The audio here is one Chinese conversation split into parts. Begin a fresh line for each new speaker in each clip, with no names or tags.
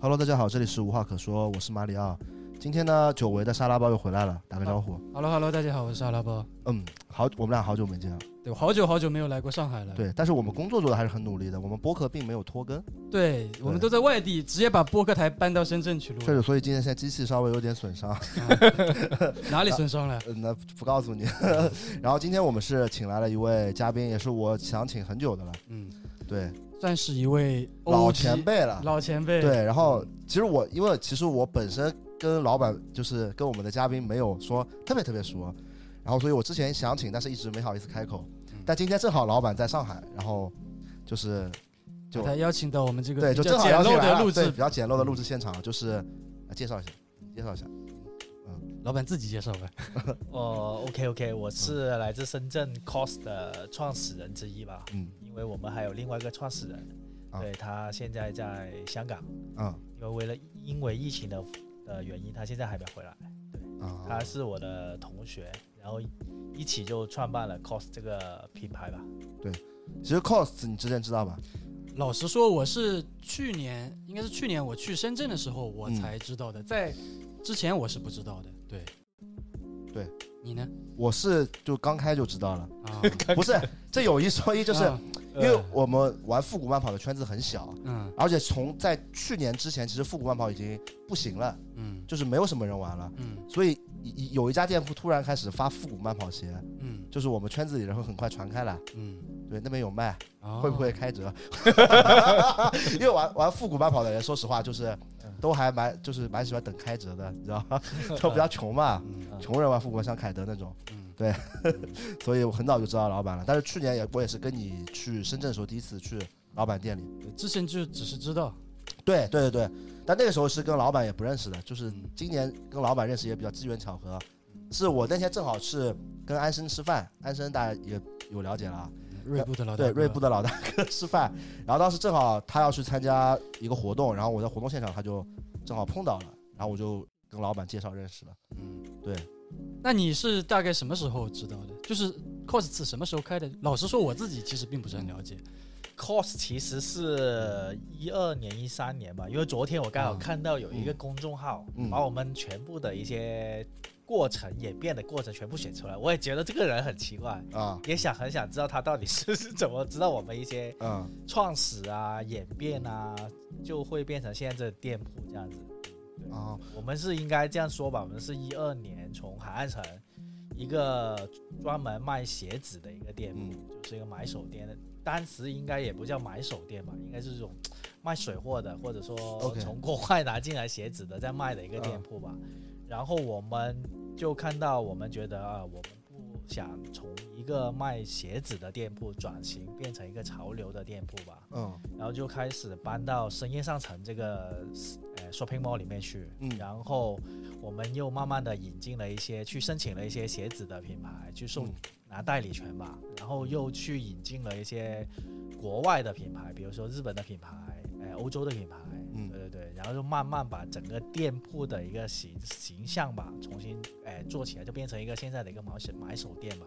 Hello，大家好，这里是无话可说，我是马里奥。今天呢，久违的沙拉包又回来了，打个招呼。
Hello Hello，大家好，我是阿拉伯。
嗯，好，我们俩好久没见了。
对，我好久好久没有来过上海了。
对，但是我们工作做的还是很努力的，我们播客并没有拖更。
对，我们都在外地，直接把播客台搬到深圳去录
确。实，所以今天现在机器稍微有点损伤，
哪里损伤了？
呃那不告诉你。 然后今天我们是请来了一位嘉宾，也是我想请很久的了，
嗯，
对，
算是一位 OG,
老前辈了。
老前辈。
对，然后其实我因为其实我本身跟老板就是跟我们的嘉宾没有说特别特别熟，然后所以我之前想请，但是一直没好意思开口
嗯。
但今天正好老板在上海，然后就是就
把他邀请到我们这个
对，就
比
正
较
好
简
邀请
陋
来
的
了
录
对
制
比，较简陋的录制现场，就是啊介绍一下，介绍一下。
老板自己介绍吧。
哦，OK
嗯
OK，我是来自深圳 COS 的创始人之一吧，
嗯
因为我们还有另外一个创始人，
啊
对他现在在香港，
嗯
因为为了因为疫情的呃原因，他现在还没回来。
啊
他，是我的同学，然后一起就创办了 COS 这个品牌吧。
其实 cos 你之前知道吧？
老实说，我是去年，应该是去年我去深圳的时候我
嗯
才知道的，在之前我是不知道的。对，
对，
你呢？
我是就刚开就知道了，
啊，
不是这有一说一， 就是
啊
因为我们玩复古慢跑的圈子很小，
嗯
而且从在去年之前，其实复古慢跑已经不行了，
嗯
就是没有什么人玩了。
嗯
所以一有一家店铺突然开始发复古慢跑鞋，
嗯
就是我们圈子里人会很快传开来。
嗯，
对，那边有卖，
哦
会不会？开折？ 因为玩玩复古慢跑的人，说实话就是
嗯
都还蛮就是蛮喜欢等开折的，你知道 吗？都比较穷嘛，
嗯
穷人玩复古像凯德那种，
嗯
所以我很早就知道老板了。但是去年也我也是跟你去深圳的时候第一次去老板店里，
对哦之前就只是知道。
对对对对，但那个时候是跟老板也不认识的，就是
嗯
今年跟老板认识也比较机缘巧合，是我那天正好是跟安生吃饭，安生大家也有了解了啊，
嗯锐步的老大
对
哥，
锐步的老大哥 吃饭，然后当时正好他要去参加一个活动，然后我在活动现场他就正好碰到了，然后我就跟老板介绍认识了，
嗯，
对。
那你是大概什么时候知道的？就是 cos 什么时候开的？老实说，我自己其实并不是很了解。
COS 其实是一二年、一三年吧，因为昨天我刚好
嗯
看到有一个公众号、
嗯
把我们全部的一些过程演变的过程全部写出来，我也觉得这个人很奇怪，
啊，
也想很想知道他到底是是怎么知道我们一些
嗯，
创始啊、演变啊，就会变成现在这个店铺这样子。
哦，
我们是应该这样说吧，我们是一二年从海岸城一个专门卖鞋子的一个店铺，
嗯
就是一个买手店的。当时应该也不叫买手店吧，应该是这种卖水货的，或者说
OK
从国外拿进来鞋子的在卖的一个店铺吧。
啊
然后我们就看到，我们觉得啊，我们不想从一个卖鞋子的店铺转型变成一个潮流的店铺吧，
嗯
然后就开始搬到深夜上城这个呃 shopping mall 里面去，
嗯
然后我们又慢慢的引进了一些，去申请了一些鞋子的品牌去送、
嗯
拿代理权吧，然后又去引进了一些国外的品牌，比如说日本的品牌，呃，欧洲的品牌，
嗯
对对对，然后就慢慢把整个店铺的一个形形象吧，重新哎做起来，就变成一个现在的一个买手买手店吧，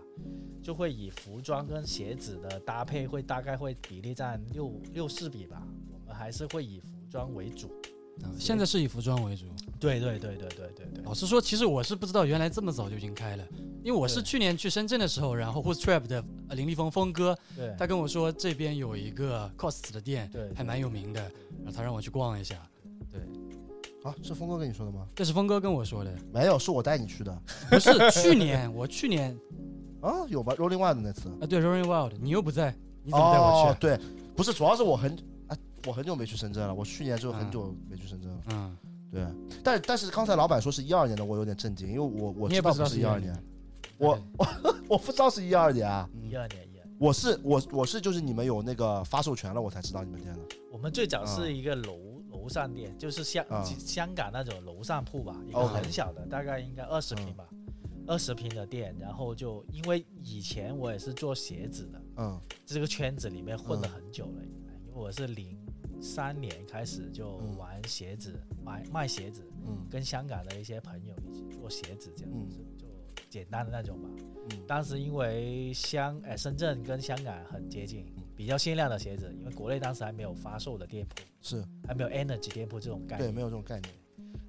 就会以服装跟鞋子的搭配会大概会比例占六六四比吧，我们还是会以服装为主，
嗯现在是以服装为主。
对对对对对对对，
老实说，其实我是不知道原来这么早就已经开了，因为我是
对
去年去深圳的时候，然后 Who's Trap 的呃林立峰峰哥，
对
他跟我说这边有一个 cos 的店，
对
还蛮有名的，然后他让我去逛一下。
啊，是峰哥跟你说的吗？
这是峰哥跟我说的，
没有，是我带你去的。
不是去年，我去年
啊，有吧？Rolling One 的那次。
啊，对 Rolling Wild，你又不在，你怎么带我
哦
去？啊
对，不是，主要是我很啊，我很久没去深圳了，我去年就很久没去深圳了。
嗯，
对，但但是刚才老板说是一二年的，我有点震惊，因为我我
你也
知道
不知道
是
是
一二
12年
年，我我 不知道是一二年啊，
嗯
一二年一二年，
我是我我是就是你们有那个发授权了，我才知道你们店的。
我们最早
啊
是一个楼、楼上店，就是香、
啊
香港那种楼上铺吧，一个
OK
很小的，大概应该二十平吧，二十、平的店。然后就因为以前我也是做鞋子的，
嗯
这个圈子里面混了
嗯
很久了，因为我是零三年开始就
嗯
玩鞋子，买卖鞋子，
嗯
跟香港的一些朋友一起做鞋子，这样
嗯
子、就简单的那种吧。
嗯
当时因为香呃深圳跟香港很接近
嗯，
比较限量的鞋子，因为国内当时还没有发售的店铺，
是
还没有 Energy 店铺这种概
对，
念，
没有这种概念。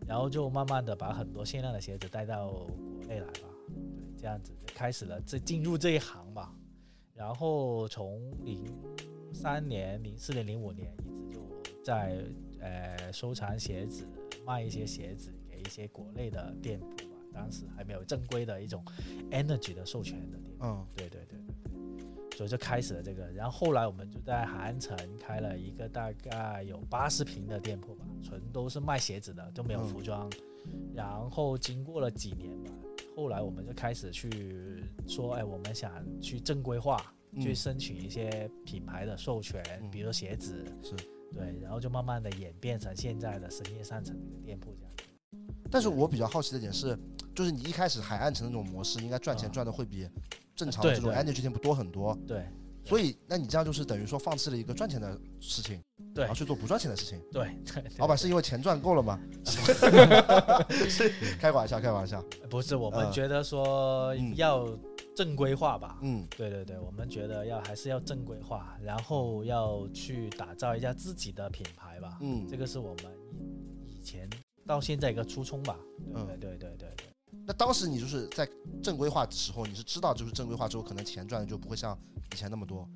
然后就慢慢的把很多限量的鞋子带到国内来吧，对，这样子就开始了这进入这一行吧。然后从零三年、零四年、零五年一直就在呃收藏鞋子，卖一些鞋子给一些国内的店铺吧。当时还没有正规的一种 Energy 的授权的店铺，
嗯，
对对对对对，所以就开始了这个。然后后来我们就在海岸城开了一个大概有八十平的店铺吧，纯都是卖鞋子的，都没有
嗯
服装。然后经过了几年吧，后来我们就开始去说，哎，我们想去正规化，
嗯
去申请一些品牌的授权，
嗯
比如说鞋子，
是。
对，然后就慢慢的演变成现在的深夜商城这个店铺这样。
但是我比较好奇的点是，就是你一开始海岸城那种模式，应该赚钱
啊
赚的会比正常的这种
对
energy 店铺多很多。
对
所以，那你这样就是等于说放弃了一个赚钱的事情，
对
然后去做不赚钱的事情。
对对，对
老板是因为钱赚够了吗？ 是开玩笑，开玩笑。
不是我们
嗯
觉得说
嗯
要正规化吧？
嗯
对对对，我们觉得要还是要正规化，然后要去打造一下自己的品牌吧。
嗯
这，个是我们以以前到现在一个初衷吧。
嗯
对对对对对，
那当时你就是在正规化的时候，你是知道就是正规化之后，可能钱赚的就不会像以前那么多。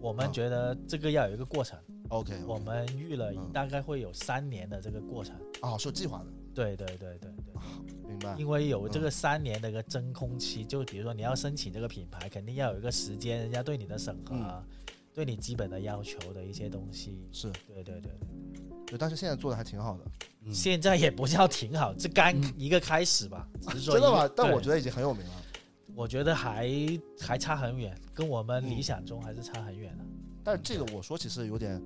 我们觉得这个要有一个过程，
OK，
我们预了
嗯
大概会有三年的这个过程。
啊是有计划的，
对对对对对。
明白？
因为有这
啊嗯
个三年的一个真空期，就比如说你要申请这个品牌，肯定要有一个时间，人家对你的审核，啊
嗯
对你基本的要求的一些东西。
是，
对对对，
对，但是现在做的还挺好的，
嗯
现在也不叫挺好，这刚
嗯
一个开始吧，只是说
真的
一个
吗？但我
对
觉得已经很有名了。
我觉得还还差很远，跟我们
嗯
理想中还是差很远的。
但是这个我说其实有点，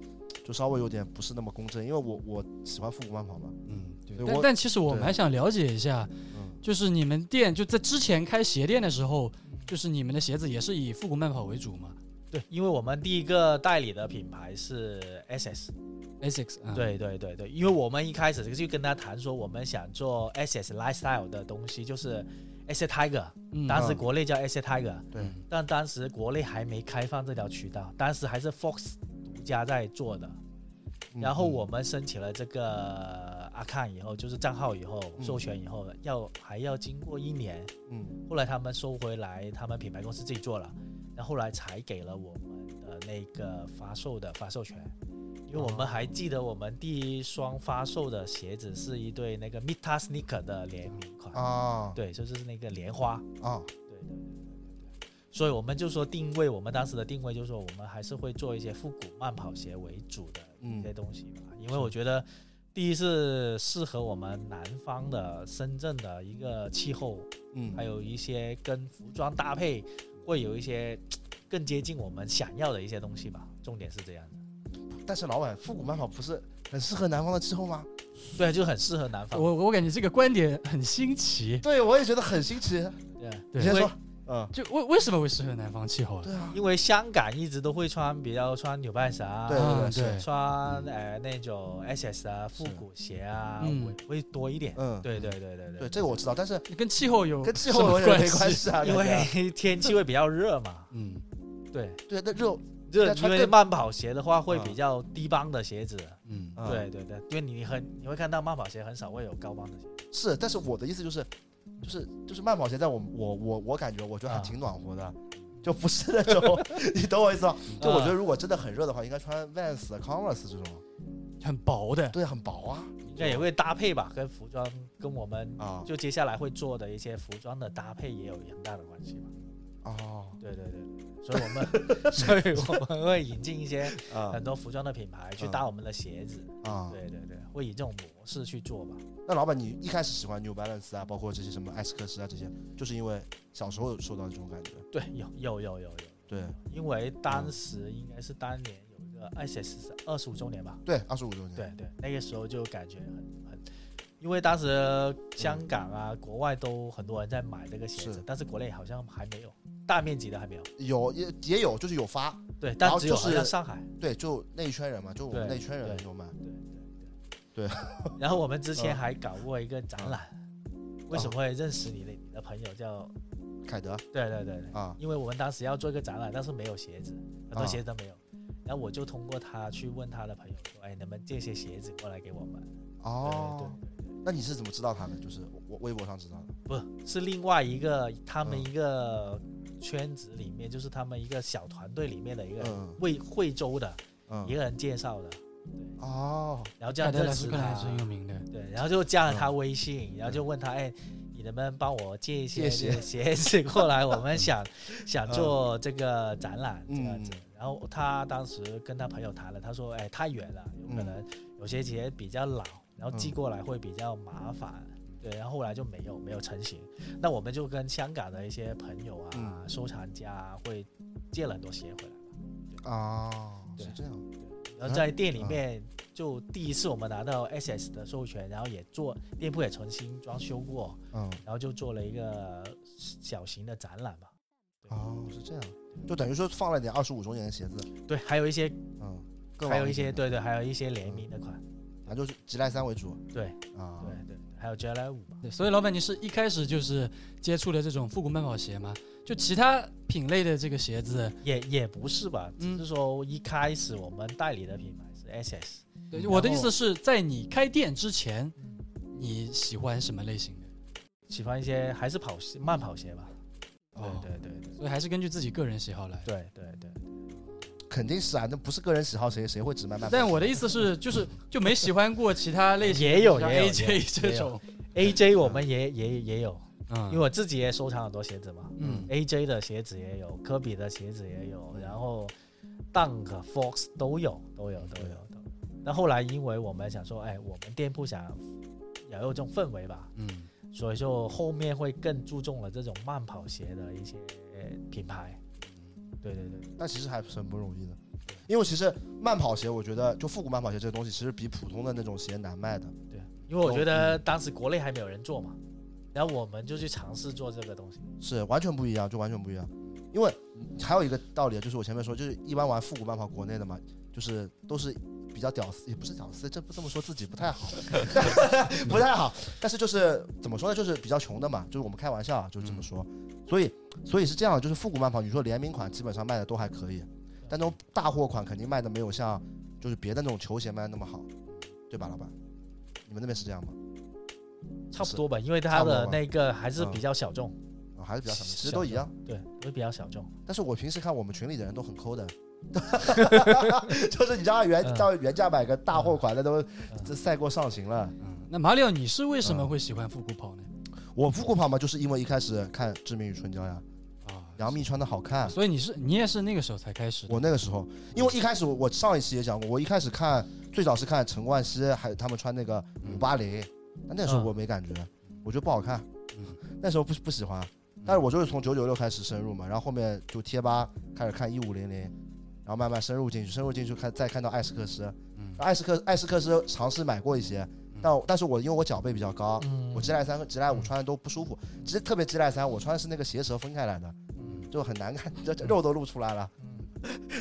就稍微有点不是那么公正，因为我我喜欢复古慢跑嘛。
嗯，对
对
但
我
但其实我
对
们还想了解一下，
嗯，
就是你们店就在之前开鞋店的时候，就是你们的鞋子也是以复古慢跑为主嘛
对，因为我们第一个代理的品牌是 SS，、
？Asics 啊，，
对对对对，因为我们一开始就跟他谈说，我们想做 SS lifestyle 的东西，就是 SS Tiger，
嗯，
当时国内叫 SS Tiger，、
对，
但当时国内还没开放这条渠道，当时还是 Fox 独家在做的。
嗯
然后我们申请了这个阿看以后，就是账号以后
嗯
授权以后，要还要经过一年，
嗯
后来他们收回来，他们品牌公司自己做了，然后后来才给了我们的那个发售的发售权。因为我们还记得我们第一双发售的鞋子是一对那个 Mita Sneaker 的联名款，
啊
对，就是那个莲花，
啊
对对对对对对，所以我们就说定位，我们当时的定位就是说，我们还是会做一些复古慢跑鞋为主的一些东西吧，因为我觉得。第一是适合我们南方的深圳的一个气候，
嗯，
还有一些跟服装搭配会有一些更接近我们想要的一些东西吧。重点是这样的，
但是老板复古慢跑不是很适合南方的气候吗？
对，就很适合南方。
我我感觉这个观点很新奇，
对，我也觉得很新奇。
对，
你
对
先
因为
说，嗯，
就为为什么会适合南方气候啊？
对啊，
因为香港一直都会穿比较穿纽拜衫啊，
对对
嗯
对，
对
穿呃那种 SS 啊复
是
古鞋啊，
嗯
会会多一点。
嗯，
对对对对
对，这个我知道，但是
跟气候有
跟气
什
候
么
我也没关，系啊，
因
感觉啊
为 天气会比较热嘛。
嗯，
对，
对那热，那
热，因
穿
为
更
慢跑鞋的话会
嗯
比较低帮的鞋子。
嗯，
嗯
对对对，因为你很你会看到慢跑鞋很少会有高帮的鞋。
是，但是我的意思就是，就是就是慢跑鞋，在我我我我感觉，我觉得还
啊
挺暖和的，就不是那 种，你懂我意思吗？就我觉得
啊
如果真的很热的话，应该穿 Vans、Converse 这种，
很薄的，
对，很薄啊
应该也会搭配吧，跟服装跟我们
啊
就接下来会做的一些服装的搭配也有很大的关系吧。
哦
对对对对，所以我们 所以我们会引进一些
啊
很多服装的品牌去
嗯
搭我们的鞋子。
啊！
嗯对对对，会以这种模式去做吧。
那老板，你一开始喜欢 New Balance 啊，包括这些什么艾斯克斯啊这些，就是因为小时候有受到这种感觉，
对，有有有有有，
对
因为当时应该是当年有一个 SS 二十五周年吧。
对，二十五周年，
对对，那个时候就感觉很很，因为当时香港啊、国外都很多人在买这个鞋子
是，
但是国内好像还没有大面积的还没有。
有也也有，就是有发，
对，
然
但
后
只有
就
好像
是
上 海。
对，就那一圈人嘛，就我们
对
那一圈人
对
有买，
对
对
对对。然后我们之前
嗯
还搞过一个展览，为什么会认识你的你的朋友叫？
凯德
对对对对，
啊
因为我们当时要做一个展览，但是没有鞋子，很多
啊
鞋子都没有。然后我就通过他去问他的朋友说，哎，能不能借些鞋子过来给我们？
哦，
对对
那你是怎么知道他的？就是我我微博上知道的。
不是另外一个他们
嗯
一个圈子里面，就是他们一个小团队里面的一个人
嗯
惠惠州的一
嗯，
个人介绍的，
哦，
然后这
凯
样
德
认
莱
识
斯
啊
克
他
还，是很有名的，
对，然后就加了他
嗯
微信，然后就问他，哎，你能不能帮我借一些
借鞋
这个鞋子过来？我们想想做这个展览这
嗯
样子。然后他当时跟他朋友谈了，他说，哎，太远了，有可
嗯
能有些鞋比较老，然后寄
嗯
过来会比较麻烦。对，然后后来就没有没有成型。那我们就跟香港的一些朋友啊、
嗯
收藏家啊，会借了很多鞋回来。
哦，
对
是这样。
然后在店里面
嗯
就第一次我们拿到 SS 的授权，然后也做店铺也重新装修过，
嗯，
然后就做了一个小型的展览吧。
哦，是这样，就等于说放了点二十五周年的鞋子。
对，还有一些
嗯，更
还有
老
一些
点的，
对对，还有一些联名的款，
反正就是吉莱三为主
嗯
对
啊。
对对，还有 j l 五吧。
对，所以老板，你是一开始就是接触了这种复古慢跑鞋吗？就其他品类的这个鞋子，
也也不是吧，只
嗯
是说一开始我们代理的品牌是 SS，
对
然后
我的意思是在你开店之前，你喜欢什么类型的？
喜欢一些还是跑鞋慢跑鞋吧。
哦
对对对对
所以还是根据自己个人喜好来。
对对对，
肯定是啊，那不是个人喜好谁，谁会只卖卖？
啊
但我的意思是，就是就没喜欢过其他类型的，
也有
像
也有
AJ
也有
这种，
AJ 我们也也也有，
嗯，
因为我自己也收藏很多鞋子嘛。
嗯
AJ 的鞋子也有，科比的鞋子也有，然后 Dunk、Fox 都有，都有，都有，都有。那后来因为我们想说，哎，我们店铺想也有这种氛围吧，
嗯
所以就后面会更注重了这种慢跑鞋的一些品牌。对对对，
那其实还是很不容易的，因为其实慢跑鞋，我觉得就复古慢跑鞋这个东西，其实比普通的那种鞋难卖的。
对，因为我觉得当时国内还没有人做嘛，然后我们就去尝试做这个东西。
是完全不一样，就完全不一样。因为还有一个道理，啊就是我前面说，就是一般玩复古慢跑国内的嘛，就是都是比较屌丝，也不是屌丝，这不这么说自己不太好， 不太好。但是就是怎么说呢，就是比较穷的嘛，就是我们开玩笑啊，就是这么说。所以所以是这样，就是复古慢跑，你说联名款基本上卖的都还可以，但那种大货款肯定卖的没有像就是别的那种球鞋卖的那么好，对吧，老板？你们那边是这样吗？
差不多吧，因为它
差不多
的
吧
那个还是比
嗯
较小众，
啊，还是比较少，
小
其实都一样。
对，会比较小众。
但是我平时看我们群里的人都很抠的，就是你知道原
嗯
到原价买个大货款，那都这赛过上行了。
嗯。那马里奥，你是为什么会喜欢复古跑呢？
我复古跑嘛，就是因为一开始看《志明与春娇》呀，
啊，
杨幂穿的好看。
所以你是你也是那个时候才开始的，
我那个时候，因为一开始我我上一期也讲过，我一开始看最早是看陈冠希，还有他们穿那个五八零，但那时候我没感觉，我觉得不好看
嗯，
那时候不不喜欢。但是我就是从九九六开始深入嘛，然后后面就贴吧开始看一五零零，然后慢慢深入进去，深入进去看再看到艾斯克斯，
嗯
艾斯克艾斯克斯尝试买过一些，但我但是我因为我脚背比较高，
嗯
我直来三和直来五穿的都不舒服，直特别直来三我穿的是那个鞋舌分开来的，
嗯
就很难看，这这肉都露出来了，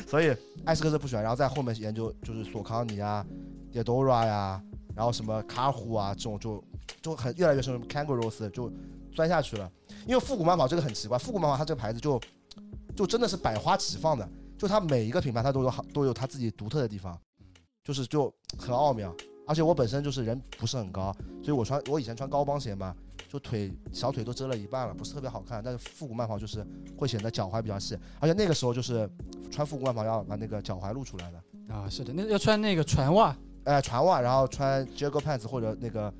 所以艾斯克斯不喜欢，然后在后面研究就是索康尼啊、d e d o r a 呀、然后什么卡虎啊这种就就很越来越深入，Kangaroos 就钻下去了。因为复古慢跑这个很奇怪，复古慢跑它这个牌子就就真的是百花齐放的，就它每一个品牌它都有好都有它自己独特的地方，就是就很奥妙。而且我本身就是人不是很高，所以我穿我以前穿高帮鞋嘛，就腿小腿都遮了一半了，不是特别好看。但是复古慢跑就是会显得脚踝比较细，而且那个时候就是穿复古慢跑要把那个脚踝露出来的，
啊，是的，那要穿那个船袜
呃，船袜，然后穿 Jago pants 或者那个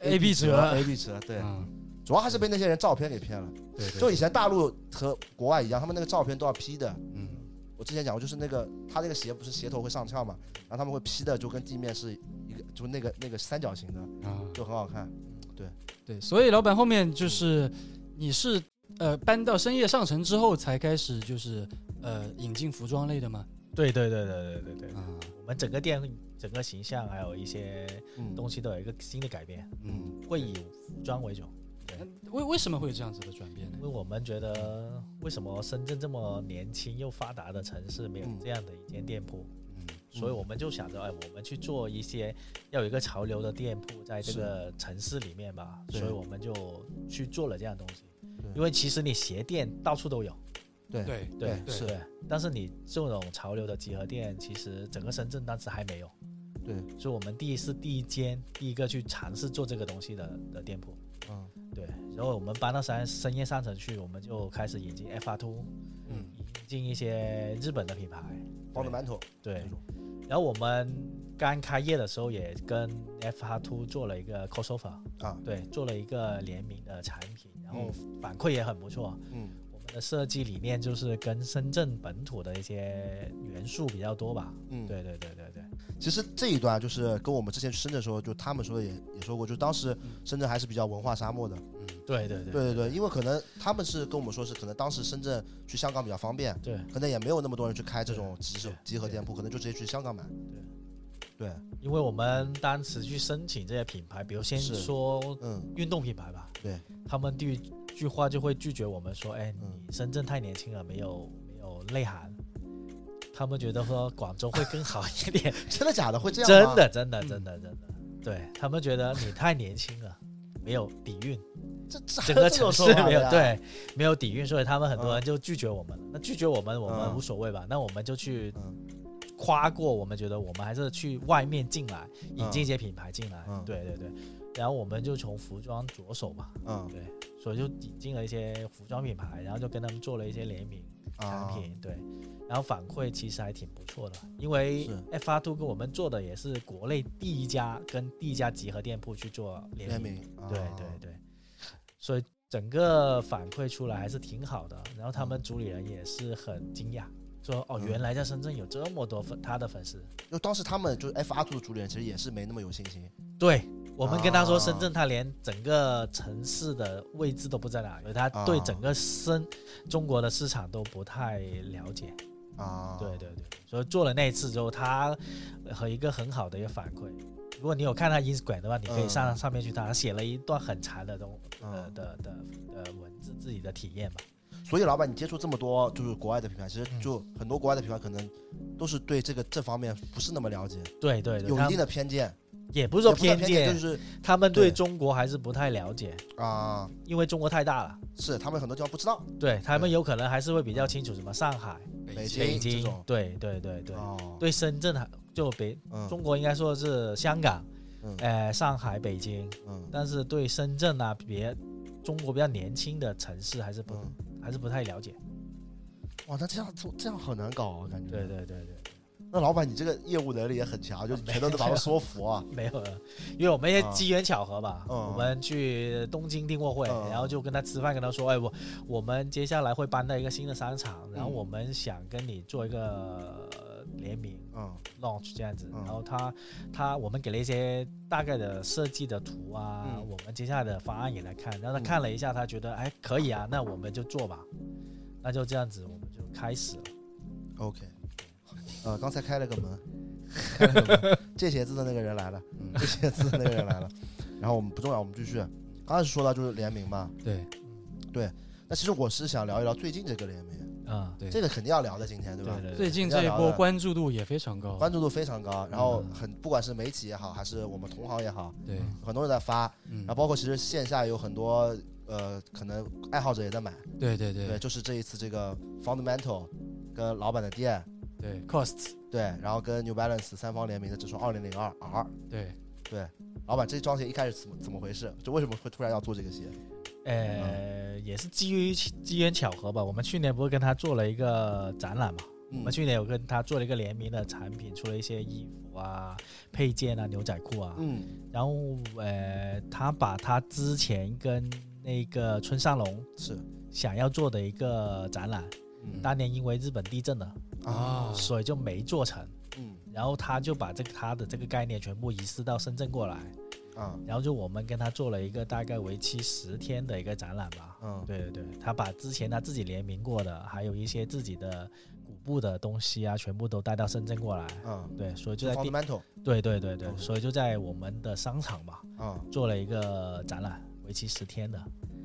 A B 折，
A B 折，对，
嗯，
主要还是被那些人照片给骗了。
对对，
就以前大陆和国外一样，他们那个照片都要 P 的。
嗯
我之前讲过，就是那个他那个鞋不是鞋头会上翘嘛，然后他们会 P 的，就跟地面是一个，就那个那个三角形的，
啊，
就很好看。
对，所以老板后面就是你是呃搬到深夜上城之后才开始就是呃引进服装类的吗？
对对对对对对对。
啊，
我们整个店整个形象还有一些
嗯
东西都有一个新的改变，
嗯，
会以服装为主，
为为什么会有这样子的转变呢
因？为我们觉得为什么深圳这么年轻又发达的城市没有
嗯
这样的一间店铺，
嗯
所以我们就想着，哎，我们去做一些要有一个潮流的店铺在这个城市里面吧，
对
所以我们就去做了这样东西
对。
因为其实你鞋店到处都有，
对
对
对
对
是。但是你这种潮流的集合店，其实整个深圳当时还没有。
对，
所以我们第一是第一间第一个去尝试做这个东西的的店铺。
嗯
对，然后我们搬到三深夜商城去，我们就开始引进 FR Two，
嗯，
引进一些日本的品牌。
包子馒头
对
那，种，
然后我们刚开业的时候也跟 FR Two 做了一个 crossover
啊
对，做了一个联名的产品，然后反馈也很不错。
嗯
我们的设计理念就是跟深圳本土的一些元素比较多吧。
嗯，。
对对对对对，
其实这一段啊就是跟我们之前去深圳的时候，就他们说的也也说过，就当时深圳还是比较文化沙漠的。
对嗯对对
对对对，因为可能他们是跟我们说是，可能当时深圳去香港比较方便，
对
可能也没有那么多人去开这种集
对
手集合
对
店铺，可能就直接去香港买。对，对，
因为我们当时去申请这些品牌，比如先
是
说
嗯，
运动品牌吧，
对，
他们第一句话就会拒绝我们说，哎，
嗯
你深圳太年轻了，没有没有内涵。他们觉得说广州会更好一点，
真的假的？会 这样
真
吗？嗯
的真的真的真的，对他们觉得你太年轻了，没有底蕴，
这这还
整个
有这种
城市
说法
没有
的呀，
对没有底蕴，所以他们很多
嗯
人就拒绝我们了。那拒绝我们，我们
嗯
无所谓吧？那我们就去
嗯
跨过，我们觉得我们还是去外面进来，引进
嗯
一些品牌进来
嗯。
对对对，然后我们就从服装着手嘛，
嗯
对，所以就引进了一些服装品牌，然后就跟他们做了一些联名产
啊，
品，对。然后反馈其实还挺不错的，因为
是
FR Two 跟我们做的也是国内第一家跟第一家集合店铺去做联
联
名
名，啊
对对对，所以整个反馈出来还是挺好的。然后他们主理人也是很惊讶，说哦，
嗯
原来在深圳有这么多粉他的粉丝。
就当时他们就是 FR 组的主理人，其实也是没那么有信心。
对我们跟他说，深
啊
圳他连整个城市的位置都不在哪里，他对整个深中国的市场都不太了解。
啊，
对对对，所以做了那一次之后，他和一个很好的一个反馈。如果你有看他 Instagram 的话，你可以上、上面去看，他写了一段很长的东呃
嗯
的的的文字，自己的体验吧。
所以老板，你接触这么多就是国外的品牌，
嗯
其实就很多国外的品牌可能都是对这个这方面不是那么了解，
对对对，
有
他
一定的偏见，
也
不
不是说
偏
偏见，
就是
他们对
对
中国还是不太了解，
啊、
因为中国太大了。
是他们很多地方不知道
对他们
对
有可能还是会比较清楚什么上海、
北
京
京
北
这
京
种，
对对对对，
哦，
对深圳还就北
嗯
中国应该说是香港、
嗯
呃上海、北京，
嗯
但是对深圳啊别中国比较年轻的城市还是不
嗯，
还是不太了解。
哇，那这样做这样好难搞啊，感觉。
对对对对。
那老板，你这个业务能力也很强， 就全都能把我说服啊。
没有了，因为我们一些
啊
机缘巧合吧，
嗯
我们去东京订货会，
嗯
然后就跟他吃饭，跟他说，哎，我我们接下来会搬到一个新的商场，然后
嗯
我们想跟你做一个呃联名
嗯
launch 这样子，
嗯
然后他他我们给了一些大概的设计的图啊，
嗯
我们接下来的方案给他看，然后他
嗯
看了一下，他觉得哎可以啊，那我们就做吧，那就这样子，我们就开始了。
，OK。呃，刚才开了个门，开了个门这鞋子的那个人来了，
嗯
这鞋子的那个人来了。然后我们不重要，我们继续。刚开始说到就是联名嘛，
对
那其实我是想聊一聊最近这个联名，
嗯，
对
这个肯定要聊的，今天对吧？
对
最
对，
近这一
要聊
波
的
关注度也非常高，
关注度非常高，然
嗯
后很不管是媒体也好，还是我们同行也好，
对，
很多人在发，
嗯
然后，包括其实线下有很多呃，可能爱好者也在买，
对对
对，
对
就是这一次这个 Fundamental 跟老板的店，
对，costs，
对，然后跟 New Balance 三方联名的这双二零零二 R，
对，
对，老板这双鞋一开始怎么怎么回事？就为什么会突然要做这个鞋？
呃，也是基于机缘巧合吧，我们去年不是跟他做了一个展览嘛。我
嗯
们去年有跟他做了一个联名的产品，出了一些衣服啊、配件啊、牛仔裤啊。
嗯，
然后呃，他把他之前跟那个村上龙
是，
想要做的一个展览，
嗯哦
当年因为日本地震了，
啊
所以就没做成。
嗯
然后他就把这个他的这个概念全部移植到深圳过来，
啊
然后就我们跟他做了一个大概为期十天的一个展览吧。
嗯
对对对，他把之前他自己联名过的，还有一些自己的古布的东西啊，全部都带到深圳过来。
嗯，
对，所以就
就
在第
Fundamental
对对对对，
OK
所以就在我们的商场嘛
啊
做了一个展览，为期十天的，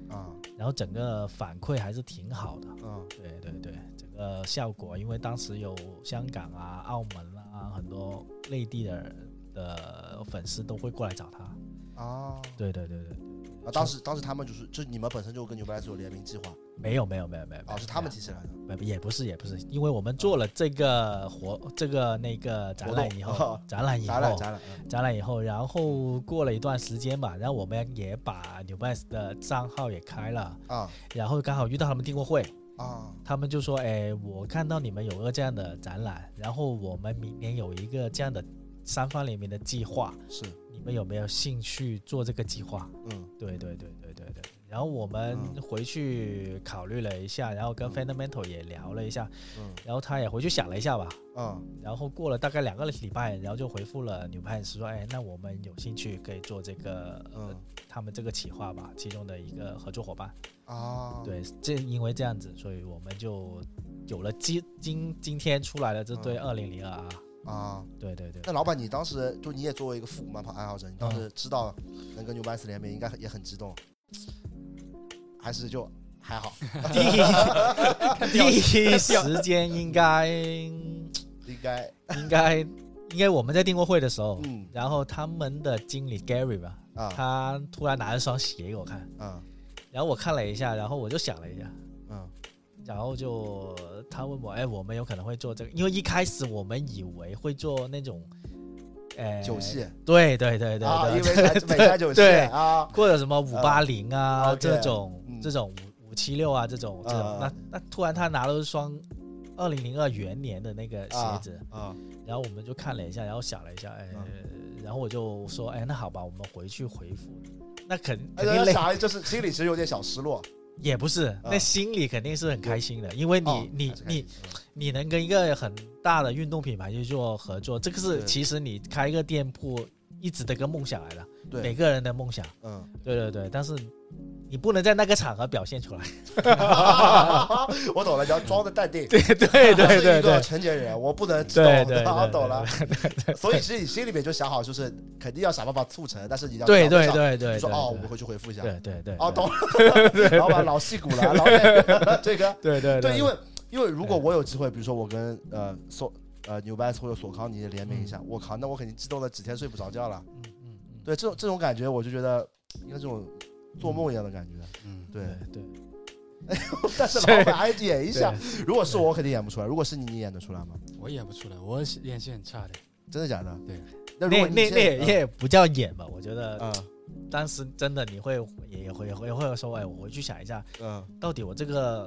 啊
然后整个反馈还是挺好的。
啊
对对对，整个效果，因为当时有香港啊、澳门啊，很多内地的的粉丝都会过来找他。
啊，
对对对对，
啊，当时当时他们就是就是你们本身就跟 New Balance 有联名计划
没有没有没有没有，没
啊，
有
是他们提起来的。
没有也不是也不是，因为我们做了这个活这个那个展览以
活
后
动，哦
展览以
展览
后，
展览，嗯
展览以后，然后过了一段时间吧，然后我们也把 New Balance 的账号也开了，
啊
然后刚好遇到他们订货会，
啊
他们就说：“哎，我看到你们有个这样的展览，然后我们明年有一个这样的三方联名的计划，
是，
你们有没有兴趣做这个计划
嗯？”
对对对对对对。然后我们
嗯
回去考虑了一下，然后跟 Fundamental 也聊了一下，
嗯
然后他也回去想了一下吧。
嗯
然后过了大概两个礼拜，然后就回复了纽派斯说：“哎，那我们有兴趣可以做这个、呃
嗯
他们这个企划吧，其中的一个合作伙伴。
啊，
对，这因为这样子，所以我们就有了今今今天出来了这
嗯
对二零零二啊，
啊，
对 对对
那，老板，你当时就你也作为一个复古慢跑爱好者，你当
嗯
时知道能跟 New Balance 联名，应该也很激动，还是就还好，
第一时间应该应
应 该
该应该我们在订货会的时候，
嗯
然后他们的经理 Gary 吧，
啊
哦他突然拿了双鞋给我看，
嗯
然后我看了一下，然后我就想了一下。
嗯
然后就他问我，哎，我们有可能会做这个，因为一开始我们以为会做那种，呃，
九系
对对对对对，
啊，因为美美赛九系
对
啊，
或者什么五八零啊、
OK，
这种、
嗯
这种五五七六啊这种这种，
啊
那那突然他拿了一双二零零二元年的那个鞋子，
啊
然后我们就看了一下，然后想了一下，哎，
啊
然后我就说，哎，那好吧，我们回去回复，那肯肯定
那
累，
小孩就是心里其实有点小失落，
也不是，那心里肯定是很开心的，因为你、
啊哦
你
还是开
你
心
你能跟一个很大的运动品牌去做合作，这个是
对
其实你开一个店铺一直的一个梦想来的，
嗯
每
对，
个人的梦想。
嗯，
对对对，但是你不能在那个场合表现 出来。
我懂了，你要装的淡定，
对对
我是一 个成年人，我不能知道，
对对
我
对
懂了。所以其实你心里面就想好，就是肯定要想办法促成，但是你要
对
想不
对
想
对对，
你说
对
哦，我们回去回复一下。
对对对，
哦，懂了， 老板老戏骨了，老板这个
对对
对，因为因为如果我有机会，比如说我跟呃索呃纽 balance 或者索康尼联名一下，我靠，那我肯定激动的几天睡不着觉了。
嗯嗯嗯
对，这种这种感觉，我就觉得应该这种做梦一样的感觉。
嗯，
对，
对对
但是老板还是演一下，如果是我，我肯定演不出来。如果是你，你演得出来吗？
我演不出来，我演戏很差的。
真的假的？
对。
那如
那
果
那
你
那也
现啊
也不叫演吧，我觉
在
得
嗯
当时真的你会也也会也会也会说，哎，我回去想一下，
嗯
到底我这个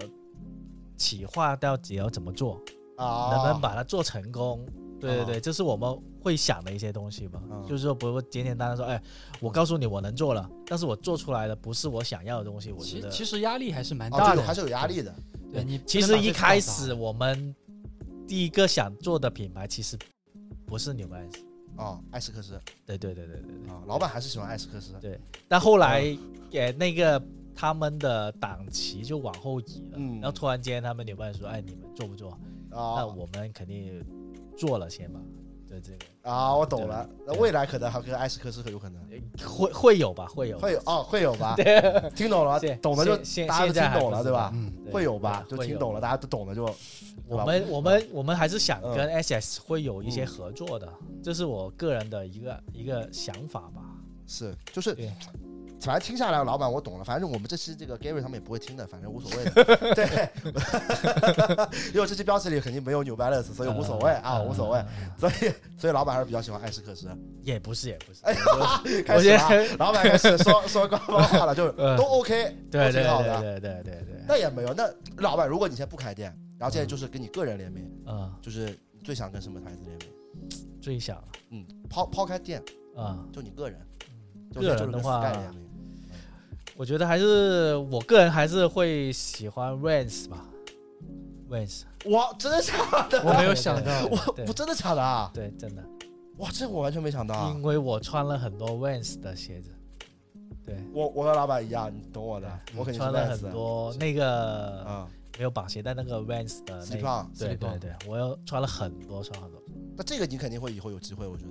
企划到底要怎么做，
啊，
能不能把它做成功？对对
啊
对，这是我们会想的一些东西嘛，
嗯
就是说不会简简单单说，哎，我告诉你我能做了，但是我做出来的不是我想要的东西，我觉
其
得
其实压力还是蛮
啊，
大
这
的
个，还是有压力的。
对你
其
不能
实
把
一
这个
开
放大
始我们第一个想做的品牌其实不是 New Balance，
啊，艾斯克斯
对对对对对对。
啊，老板还是喜欢艾斯克斯。
但后来也那个他们的档期就往后移了，
嗯
然后突然间他们 New Balance 说：“哎，你们做不做？”那
啊
我们肯定做了先吧。对这个
啊，我懂了。那
对
未来可能还跟艾斯克斯很有可能
会会有吧，会有吧
会有哦，会有吧？
对
听懂了
现，
懂的就
现
大家都
现在
听
还
懂
不
了，
知
对吧
道？
嗯，
会有吧？
对
就
会
听
有
懂了，大家都懂了就。对吧
我们我们我们还是想
嗯
跟 SS 会有一些合作的，这是我个人的一个一个想法吧。
是，就是
对，
反正听下来，老板我懂了。反正我们这期这个 Gary 他们也不会听的，反正无所谓的。 对，因为这期标题里肯定没有 New Balance，所以无所谓啊，
嗯
无所谓。，所以，所以老板还是比较喜欢艾斯克斯。
也不是也不
哎
是，
开
我
始
觉
了，啊
得
老板开始说说官方话了，就是
嗯
都 OK，
对
都
对
挺好的。
对对对对对，
那也没有，那老板，如果你现在不开店，然后现在就是跟你个人联名，
嗯，
就是你最想跟什么牌子联名？
最想
嗯，抛抛开店，
啊，
就你个人，就
嗯个人
就是跟
的话
Sky 联名
我觉得还是我个人还是会喜欢 Vans 吧，Vans，
哇，真的假的？
我没有想到，
我
对
我真的假的啊？
对真的，
哇，这我完全没想到啊。
因为我穿了很多 Vans 的鞋子，对，
我我和老板一样，你懂我的
对，
我肯定
穿
是
了
Vans
很多那个
啊。
没有绑鞋带那个 Vans 的那
slip
个，
on，
对
slip on
对对，我又穿了很多，穿很多。
那这个你肯定会以后有机会，我觉得。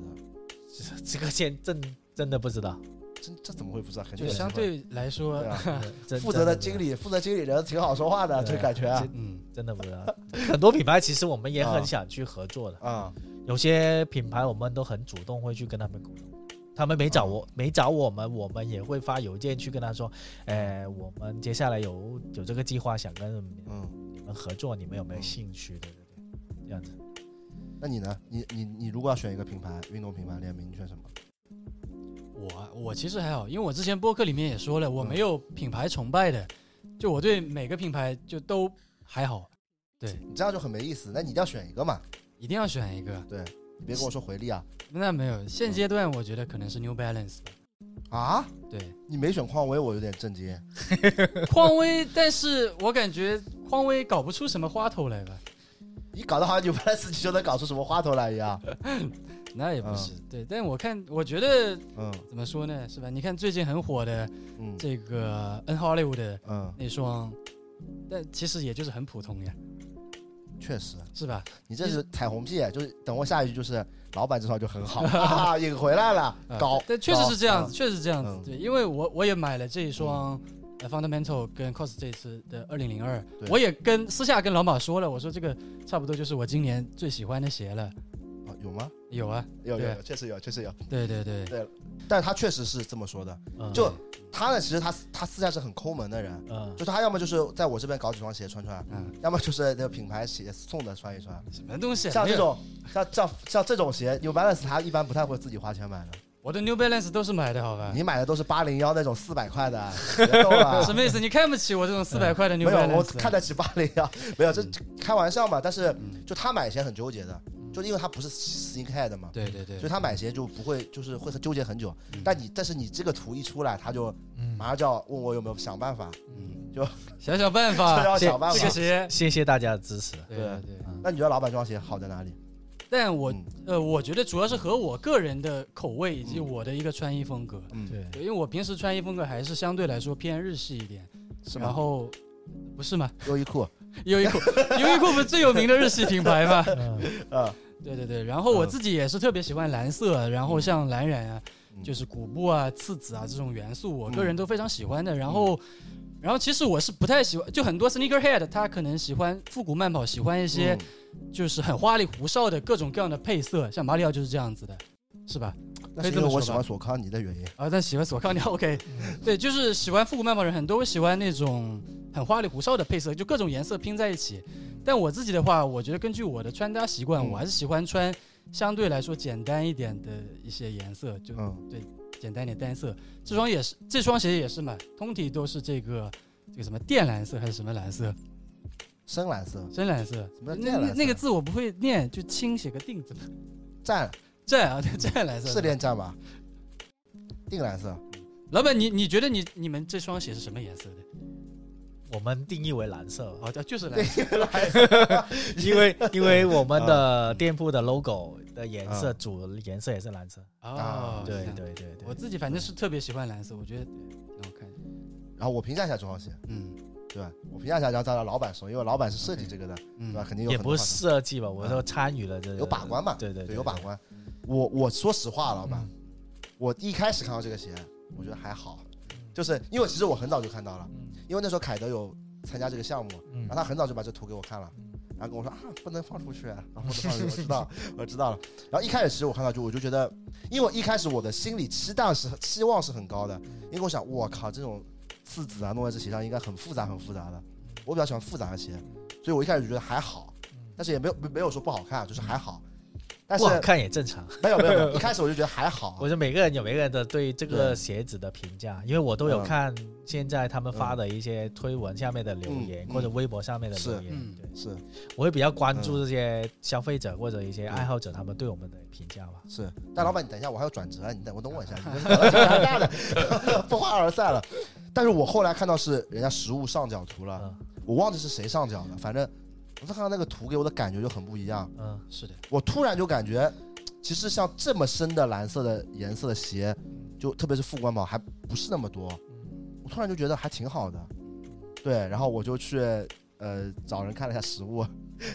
这这个现真真的不 知道，
这这怎么会不知道？肯定
就
有机会
相对来说
对，啊，
真
负责的
真
经理，负责经理人挺好说话的，
对
这感觉啊
嗯，
真的不知道。很多品牌其实我们也
啊
很想去合作的，
啊。
有些品牌我们都很主动会去跟他们沟通。他们
啊
没找我，没找我们，我们也会发邮件去跟他说，哎，我们接下来有有这个计划，想跟
嗯，
你们合作，你们有没有兴趣？对对对，这样子。
那你呢？你你你如果要选一个品牌，运动品牌联名，你选什么？
我啊我其实还好，因为我之前播客里面也说了，我没有品牌崇拜的，就我对每个品牌就都还好，
你这样就很没意思。那你一定要选一个嘛，
一定要选一个。
对，你别跟我说回力啊
那没有，现阶段我觉得可能是 New Balance 吧。
啊！
对，
你没选匡威，我有点震惊。
匡威，但是我感觉匡威搞不出什么花头来吧？
你搞得好像纽 balance 你就能搞出什么花头来一样。
那也不是，嗯对。但我看，我觉得
嗯
怎么说呢，是吧？你看最近很火的
嗯
这个呃 N Hollywood 的
嗯，
那双，但其实也就是很普通呀，
确实，
是吧？
你这是彩虹屁，哎就是等我下一句就是老板这套就很好， 啊、引回来了，
啊
高。
但确实
高
是这样
嗯
子，确实是这样子
嗯。
对，因为我我也买了这一双呃 Fundamental 跟 Cos 这一次的二零零二
对，
我也跟私下跟老马说了，我说这个差不多就是我今年最喜欢的鞋了。
啊有吗？
有啊，
有有
对
有，确实有，确实有。
对对对，
但是他确实是这么说的。
嗯
就他呢，其实他他私下是很抠门的人，
嗯
就，是他要么就是在我这边搞几双鞋穿穿，
嗯，
要么就是那个品牌鞋送的穿一穿。
什么东西啊？
像
没
这
有，
种像像像这种鞋，New Balance 他一般不太会自己花钱买的，
我的 New Balance 都是买的，好吧？
你买的都是八零幺那种四百块的，别逗 了。
什么意思？你看不起我这种四百块的
嗯没
New
有，我
Balance？
看得起八零 幺，没有，这开玩笑嘛。但是
嗯
就他买鞋很纠结的，就因为他不是 sneakhead 嘛，
对对对
所以，他买鞋就不会，就是会很纠结很久。
嗯
但你但是你这个图一出来，他就
嗯
马，上就要问我有没有想办法，
嗯，
就
想想 办
就
法，
要想办
这个
法。嗯
鞋。
谢谢大家的支持。
对对对，
那你觉得老板这双鞋好在哪里？
但我
嗯
呃，我觉得主要是和我个人的口味以及
嗯
我的一个穿衣风格。
嗯，
对，
对，因为我平时穿衣风格还是相对来说偏日系一点，
是
然
吗？
后不是吗？
优衣库，
优 衣库，优衣库不是最有名的日系品牌吗？
呃，
对对对，然后我自己也是特别喜欢蓝色，然后像蓝染啊，
嗯
就是古布啊、次子啊这种元素，我个人都非常喜欢的。
嗯
然后，然后其实我是不太喜欢，就很多 sneakerhead 他可能喜欢复古慢跑，喜欢一些
嗯
就是很花里胡哨的各种各样的配色，像马里奥就是这样子的，是吧？
那
可以
是
这
因
么
为我
说
喜
吧
欢索康尼的原因。
啊，但喜欢索康尼 OK，对，
嗯
就是喜欢复古慢跑人很多会喜欢那种很花里胡哨的配色，就各种颜色拼在一起。但我自己的话，我觉得根据我的穿搭习惯，
嗯
我还是喜欢穿相对来说简单一点的一些颜色，就
嗯
简单一点单色。这双也是，这双鞋也是嘛，通体都是这个这个什么靛蓝色还是什么蓝色，
深蓝色，
深蓝色。
什么
那
叫靛蓝
那
色
那个字我不会念，就轻写个定字嘛，
湛
湛啊，对，湛蓝色
是恋战吧？定蓝色，
老板，你你觉得你你们这双鞋是什么颜色的？
我们定义为蓝 色，
哦，对就是蓝色
对，蓝色，
因为因为我们
啊
的店铺的 logo 的颜色
嗯
主颜色也是蓝色。
啊
哦，
对
这样
对对对
我，自己反正是特别喜欢蓝色，我觉得挺好看的。
然后我评价一下这双鞋，
嗯
对吧？我评价一下，然后再让老板说，因为老板是设计这个的，对吧？
嗯，
肯定有
也
很多
不是
话题
设计吧，我说参与了这个
有把关嘛，
对对对，嗯
有把关。我我说实话，老板，我一开始看到这个鞋，我觉得还好，就是因为其实我很早就看到了，
嗯。
因为那时候凯德有参加这个项目，
嗯
然后他很早就把这图给我看了，然后跟我说啊，不能放出去，然后不能放出去，我知道，我知道了。然后一开始其实我看到就我就觉得，因为我一开始我的心理期待是期望是很高的，因为我想我靠这种刺子啊弄在这鞋上应该很复杂很复杂的，我比较喜欢复杂的鞋，所以我一开始就觉得还好，但是也没有没没有说不好看，啊就是还好。但是啊
不好看也正常。
没有没有，没有，一开始我就觉得还好啊
我，觉得每个人有每个人的对这
对
个鞋子的评价，因为我都有
嗯
看现在他们发的一些推文下面的留言，
嗯
或者微博上面的留言。
是
对，
是
我会比较关注这
嗯
些消费者或者一些爱好者他们对我们的评价吧。
是。但老板，你等一下，我还有转折啊，你等我等我一下，你这转折太大了，不欢而散了。但是我后来看到是人家实物上脚图了，
嗯
我忘记是谁上脚的，反正我再看到那个图给我的感觉就很不一样，
嗯，
是的，
我突然就感觉，其实像这么深的蓝色的颜色的鞋，就特别是副官帽还不是那么多，
嗯
我突然就觉得还挺好的，对，然后我就去 呃找人看了一下实物，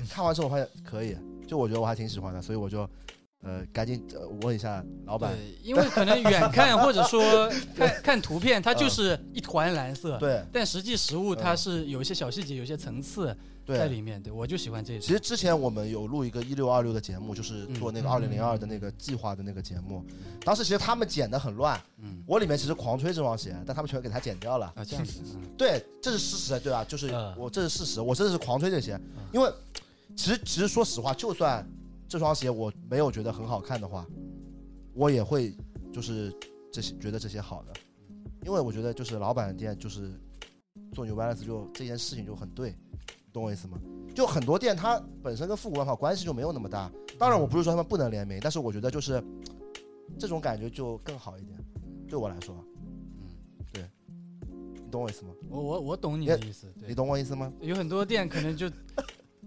看完之后我发现可以，就我觉得我还挺喜欢的，所以我就呃，赶紧呃问一下老板。
对，因为可能远看或者 说看看图片，它就是一团蓝色，
嗯对
但实际实物它
嗯
是有一些小细节、有一些层次在
对，
里面。对，我就喜欢这一
其
种。
实之前我们有录一个一六二六的节目，就是
嗯
做那个二零零二的那个计划的那个节目。当时其实他们剪的很乱，
嗯，
我里面其实狂吹这双鞋，但他们全给它剪掉了。
啊，这样子，嗯
对，这是事实，对吧？就是
嗯
我这是事实，我真的是狂吹这鞋，因为其实其实说实话，就算这双鞋我没有觉得很好看的话，我也会就是这些觉得这些好的，因为我觉得就是老板店就是做 New Balance 就这件事情就很对，懂我意思吗？就很多店它本身跟复古玩法关系就没有那么大，当然我不是说他们不能联名，但是我觉得就是这种感觉就更好一点，对我来说，
嗯，
对，你懂我意思吗？
我我我懂你的意思。
你
对，
懂我意思吗？
有很多店可能就，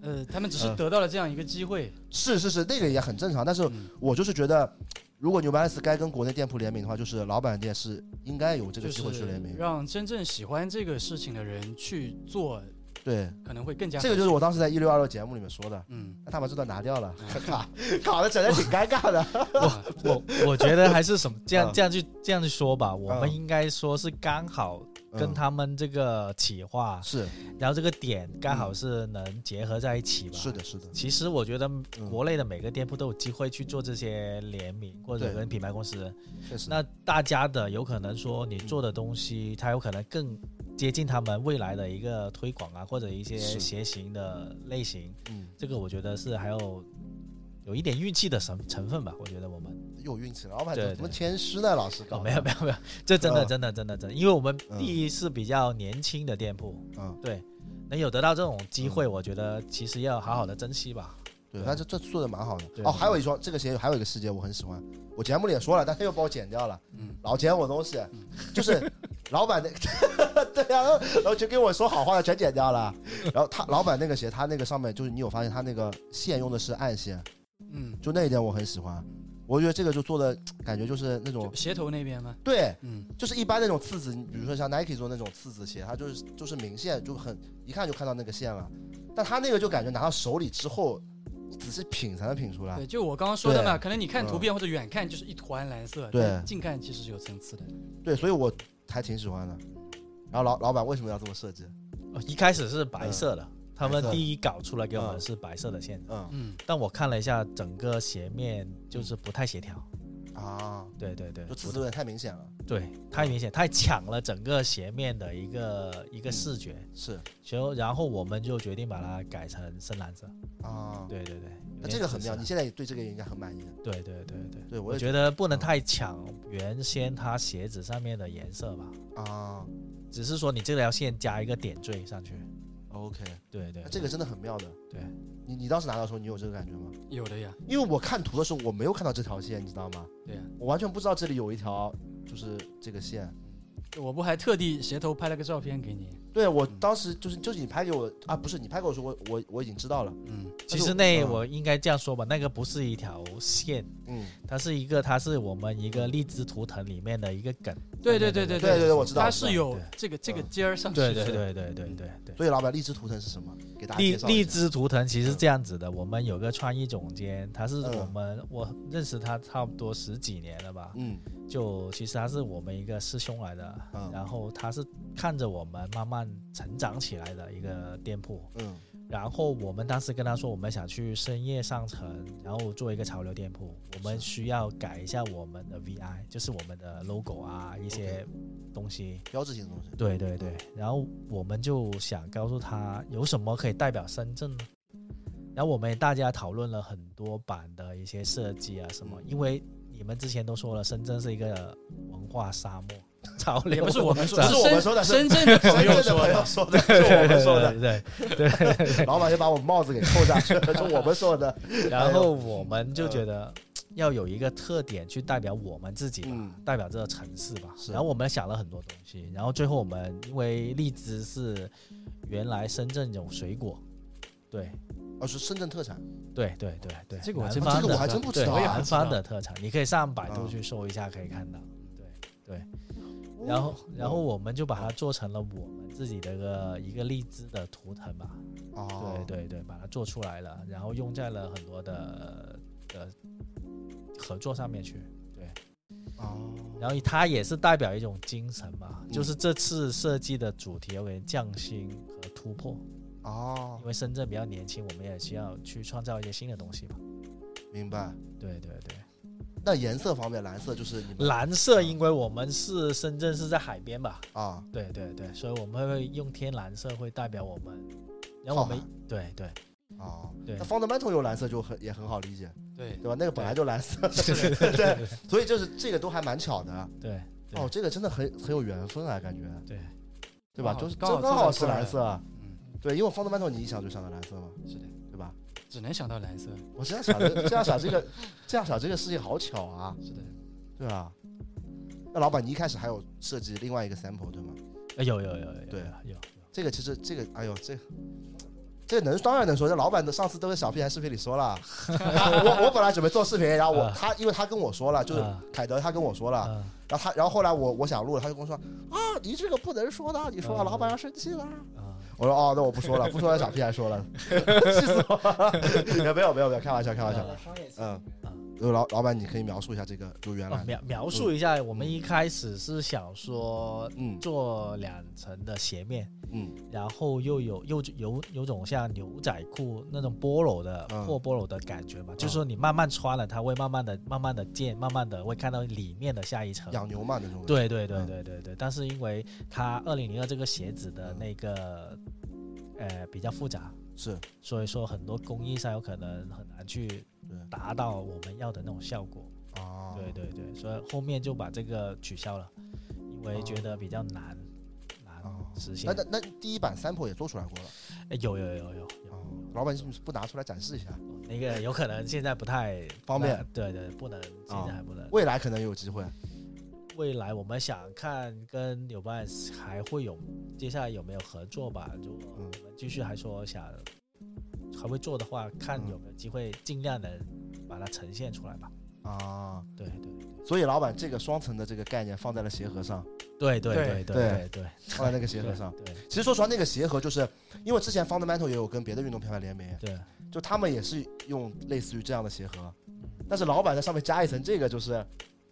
呃，他们只是
嗯
得到了这样一个机会。
是是是，那个也很正常。但是
嗯
我就是觉得，如果 New Balance 该跟国内店铺联名的话，就是老板店是应该有这个
就
机会去联名
是。让真正喜欢这个事情的人去做，
对，
可能会更加
这个就是我当时在一六二六节目里面说的。
嗯，
那他把这段拿掉了，卡 卡的整的挺尴尬的。
哇
我我觉得还是什么这样
嗯
这样去这样去说吧，我
嗯
们应该说是刚好跟
嗯
他们这个企划，
是
然后这个点刚好是能结合在一起吧。
嗯是的，是的，
其实我觉得
嗯
国内的每个店铺都有机会去做这些联名或者
对
跟品牌公司，
确实。
那大家的有可能说你做的东西，它有可能更接近他们未来的一个推广啊，或者一些
是
鞋型的类型，
嗯，
这个我觉得是还有有一点运气的成成分吧。我觉得我们
又运气了，老板
对
怎
对
么怎么谦虚呢？老师搞
哦，
的
没有没有没有，这真的
嗯
真的真的真的，因为我们
嗯
第一是比较年轻的店铺，
嗯，
对，能有得到这种机会，我觉得其实要好好的珍惜吧。
对，但是这做的蛮好的。
对
哦，还有一双这个鞋，还有一个细节我很喜欢，我节目里也说了，但他又把我剪掉了。
嗯，
老剪我东西，就是老板那，对呀、然后就跟我说好话的全剪掉了。然后他老板那个鞋，他那个上面就是你有发现他那个线用的是暗线，
嗯，
就那一点我很喜欢。我觉得这个就做的感觉就是那种
就鞋头那边吗？
对，
嗯，
就是一般那种次子，你比如说像 Nike 做那种次子鞋，它就是就是明线，就很一看就看到那个线了。但他那个就感觉拿到手里之后，你仔细品才能品出来
对，。就我刚刚说的嘛，可能你看
啊嗯
图片或者远看就是一团蓝色，
对
但近看其实是有层次的。
对，所以我还挺喜欢的。然后老老板为什么要这么设计？
哦一开始是白色的，他们
嗯白色
第一稿出来给我
嗯
们是白色的线，
嗯
嗯，
但我看了一下整个鞋面就是不太协调。
啊，
对对对
就，次子有点太明显了。
对，太明显，太抢了整个鞋面的一个一个视觉，
是
然后然后我们就决定把它改成深蓝色。
啊，
对对对，有
那
点
这个很
紫
妙，
色
你现在对这个也应该很满意的。
对对对对。
对我
我
也
觉得不能太抢原先它鞋子上面的颜色吧，
得啊
只是说你这条线加一个点缀上去。
，OK，
对对
那，啊这个真的很妙的。
对，
你你当时拿到的时候，你有这个感觉吗？
有的呀，
因为我看图的时候，我没有看到这条线，你知道吗？
对呀，
我完全不知道这里有一条，就是这个线。
我不还特地鞋头拍了个照片给你。
对我当时就是就是你拍给我啊，不是你拍给我说我我我已经知道了，
嗯，
其实那
嗯
我应该这样说吧，那个不是一条线，
嗯，
它是一个，它是我们一个荔枝图腾里面的一个梗。
对对对
对
对
对对，我知道。
它
我知道
是有
对
这个这个
嗯
尖儿上去
对
的。
对对对对对对。
所以老板荔枝图腾是什么？给大家
荔
嗯介绍一下
荔枝图腾其实这样子的，我们有个创意总监，他是我们我认识他差不多十几年了吧，
嗯
就其实他是我们一个师兄来的
嗯，
然后他是看着我们慢慢成长起来的一个店铺，
嗯
然后我们当时跟他说我们想去深夜上城，然后做一个潮流店铺，我们需要改一下我们的 VI，就是我们的 logo 啊一些东西。
标志性的东 西。
对对
嗯
对，然后我们就想告诉他有什么可以代表深圳呢？然后我们也大家讨论了很多版的一些设计啊什
嗯
么，因为你们之前都说了，深圳是一个文化沙漠，潮
也
流
不是我们说，
不
文
是
化
深
我们说的是
深圳的
深
朋友
圳的
说
朋友
的。
说的，是 我们说的。
对对
老板就把我帽子给扣下 去了，是我们说 的。
对，然后我们就觉得要有一个特点去代表我们自己吧，
哎嗯
代表这个城市吧。
是
然后我们想了很多东西，然后最后我们因为荔枝是原来深圳有水果，对。
哦，是深圳特产。
对对对对，
这个我
南
真
方
这
的
个我还真不知
对
道啊。
南方的特产，你可以上百
啊
度去搜一下，可以看到。对
嗯
对，然
哦
后然后我们就把它做成了我们自己的一个一个荔枝的图腾吧。
哦，
对对对，把它做出来了，然后用在了很多的的合作上面去。
哦，
然后它也是代表一种精神嘛，就是
嗯
这次设计的主题要给人匠心和突破，
哦
因，为深圳比较年轻，我们也需要去创造一些新的东西嘛。
明白。
对对对。
嗯那颜色方面，蓝色就是你们
蓝色，因为我们是深圳是在海边吧？
啊，
对对对，所以我们会用天蓝色会代表我们，然后我们
浩
对 对
哦，
对
那 fundamental 用蓝色就很也很好理解，
对
对，吧？那个本来就蓝色，
对
对， 所以就是这个都还蛮巧的。
对对
哦，这个真的很很有缘分啊，感觉，
对，
对吧？
刚好
就是
刚好
这刚好
凑
是
得
蓝
出
色，啊
嗯，
对，因为 fundamental 你一想就想到蓝色嘛，
是的，
对吧？
只能想到蓝色，
我这样想的，这样想这个，这样想这个事情好巧啊，
是的，
对吧？那老板，你一开始还有设计另外一个 sample 对吗？
呃有有有有
对
有有，
这个其实这个，哎呦，这个这个能当然能说，这老板的上次都在小屁孩视频里说了。 我我本来准备做视频，然后我
啊
他因为他跟我说了，就是
啊
凯德他跟我说了，
嗯
然后他然后后来我我想录了，他就跟我说啊，你这个不能说的，你说了
嗯
老板要生气了。
嗯
我说哦，那我不说了，不说了，小屁孩说了， 气死我了。也没有没有没有，开玩笑开玩笑。嗯
啊，
呃老老板，你可以描述一下这个就原
哦
来的
描描述一下，我们一开始是想说
嗯
做两层的鞋面，
嗯
然后又有又有有种像牛仔裤那种 polo 的
嗯
破 polo 的感觉嘛，就是说你慢慢穿了，它会慢慢的、慢慢的见，慢慢的会看到里面的下一层。
养牛嘛那种。
对对对
嗯
对对对，但是因为它二零零二这个鞋子的那个呃比较复杂，
是
所以说很多工艺上有可能很难去
对
达到我们要的那种效果。
啊，
对对对，所以后面就把这个取消了，因为觉得比较难、
哦
难实现
那。那那第一版 sample 也做出来过了。
哎有有有有
哦
有，，
老板，你怎么不拿出来展示一下？
那个有可能现在不太
方便。哦
对对，不能，现在还不能。
未来可能有机会。
未来我们想看跟纽巴还会有接下来有没有合作吧？如果我
嗯
们继续还说想还会做的话，看
嗯
有没有机会尽量能把它呈现出来吧。
啊，
对对
所以老板这个双层的这个概念放在了鞋盒上，
对对对对对对，
放在那个鞋盒 上。
对
其实说实话，那个鞋盒就是因为之前 Fundamental 也有跟别的运动品牌联名，
对，
就他们也是用类似于这样的鞋盒，但是老板在上面加一层这个，就是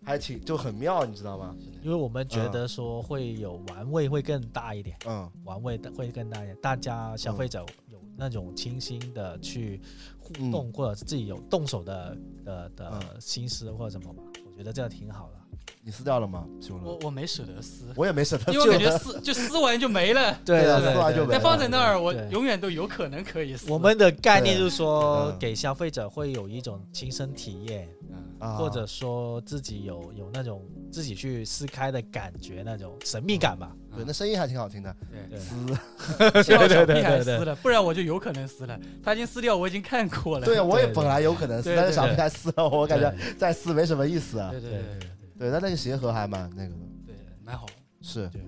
还挺就很妙，你知道吗？
因为我们觉得说会有玩味会更大一点，
嗯，
玩味的会更大一点，大家消费者有那种清新的去互
嗯
动，或者自己有动手的呃的的心思或者什么吧，我觉得这样挺好的。
你撕掉了吗，修
我
罗？
我没舍得撕，
我也没舍得
因为我感
旧
觉
的，
撕就撕完就没了，
对
对啊
对
撕完
对
就没
但
了
放在那儿，我
对
永远都有可能可以撕。
我们的概念就是说，
嗯
给消费者会有一种亲身体验，
嗯
啊
或者说自己有有那种自己去撕开的感觉，那种神秘感吧。
对，那声音还挺好听的，
嗯对，
对
撕。
幸好小
对对
屁孩
对对
撕了，不然我就有可能撕了。他已经撕掉，我已经看过了。
对，啊我也
对对
本来有可能撕，
对对
但是想不开撕了，嗯我感觉
对
再撕没什么意思。啊
对对
对
对对
对，但那个鞋盒还蛮那个的。
对，蛮好。
是
对，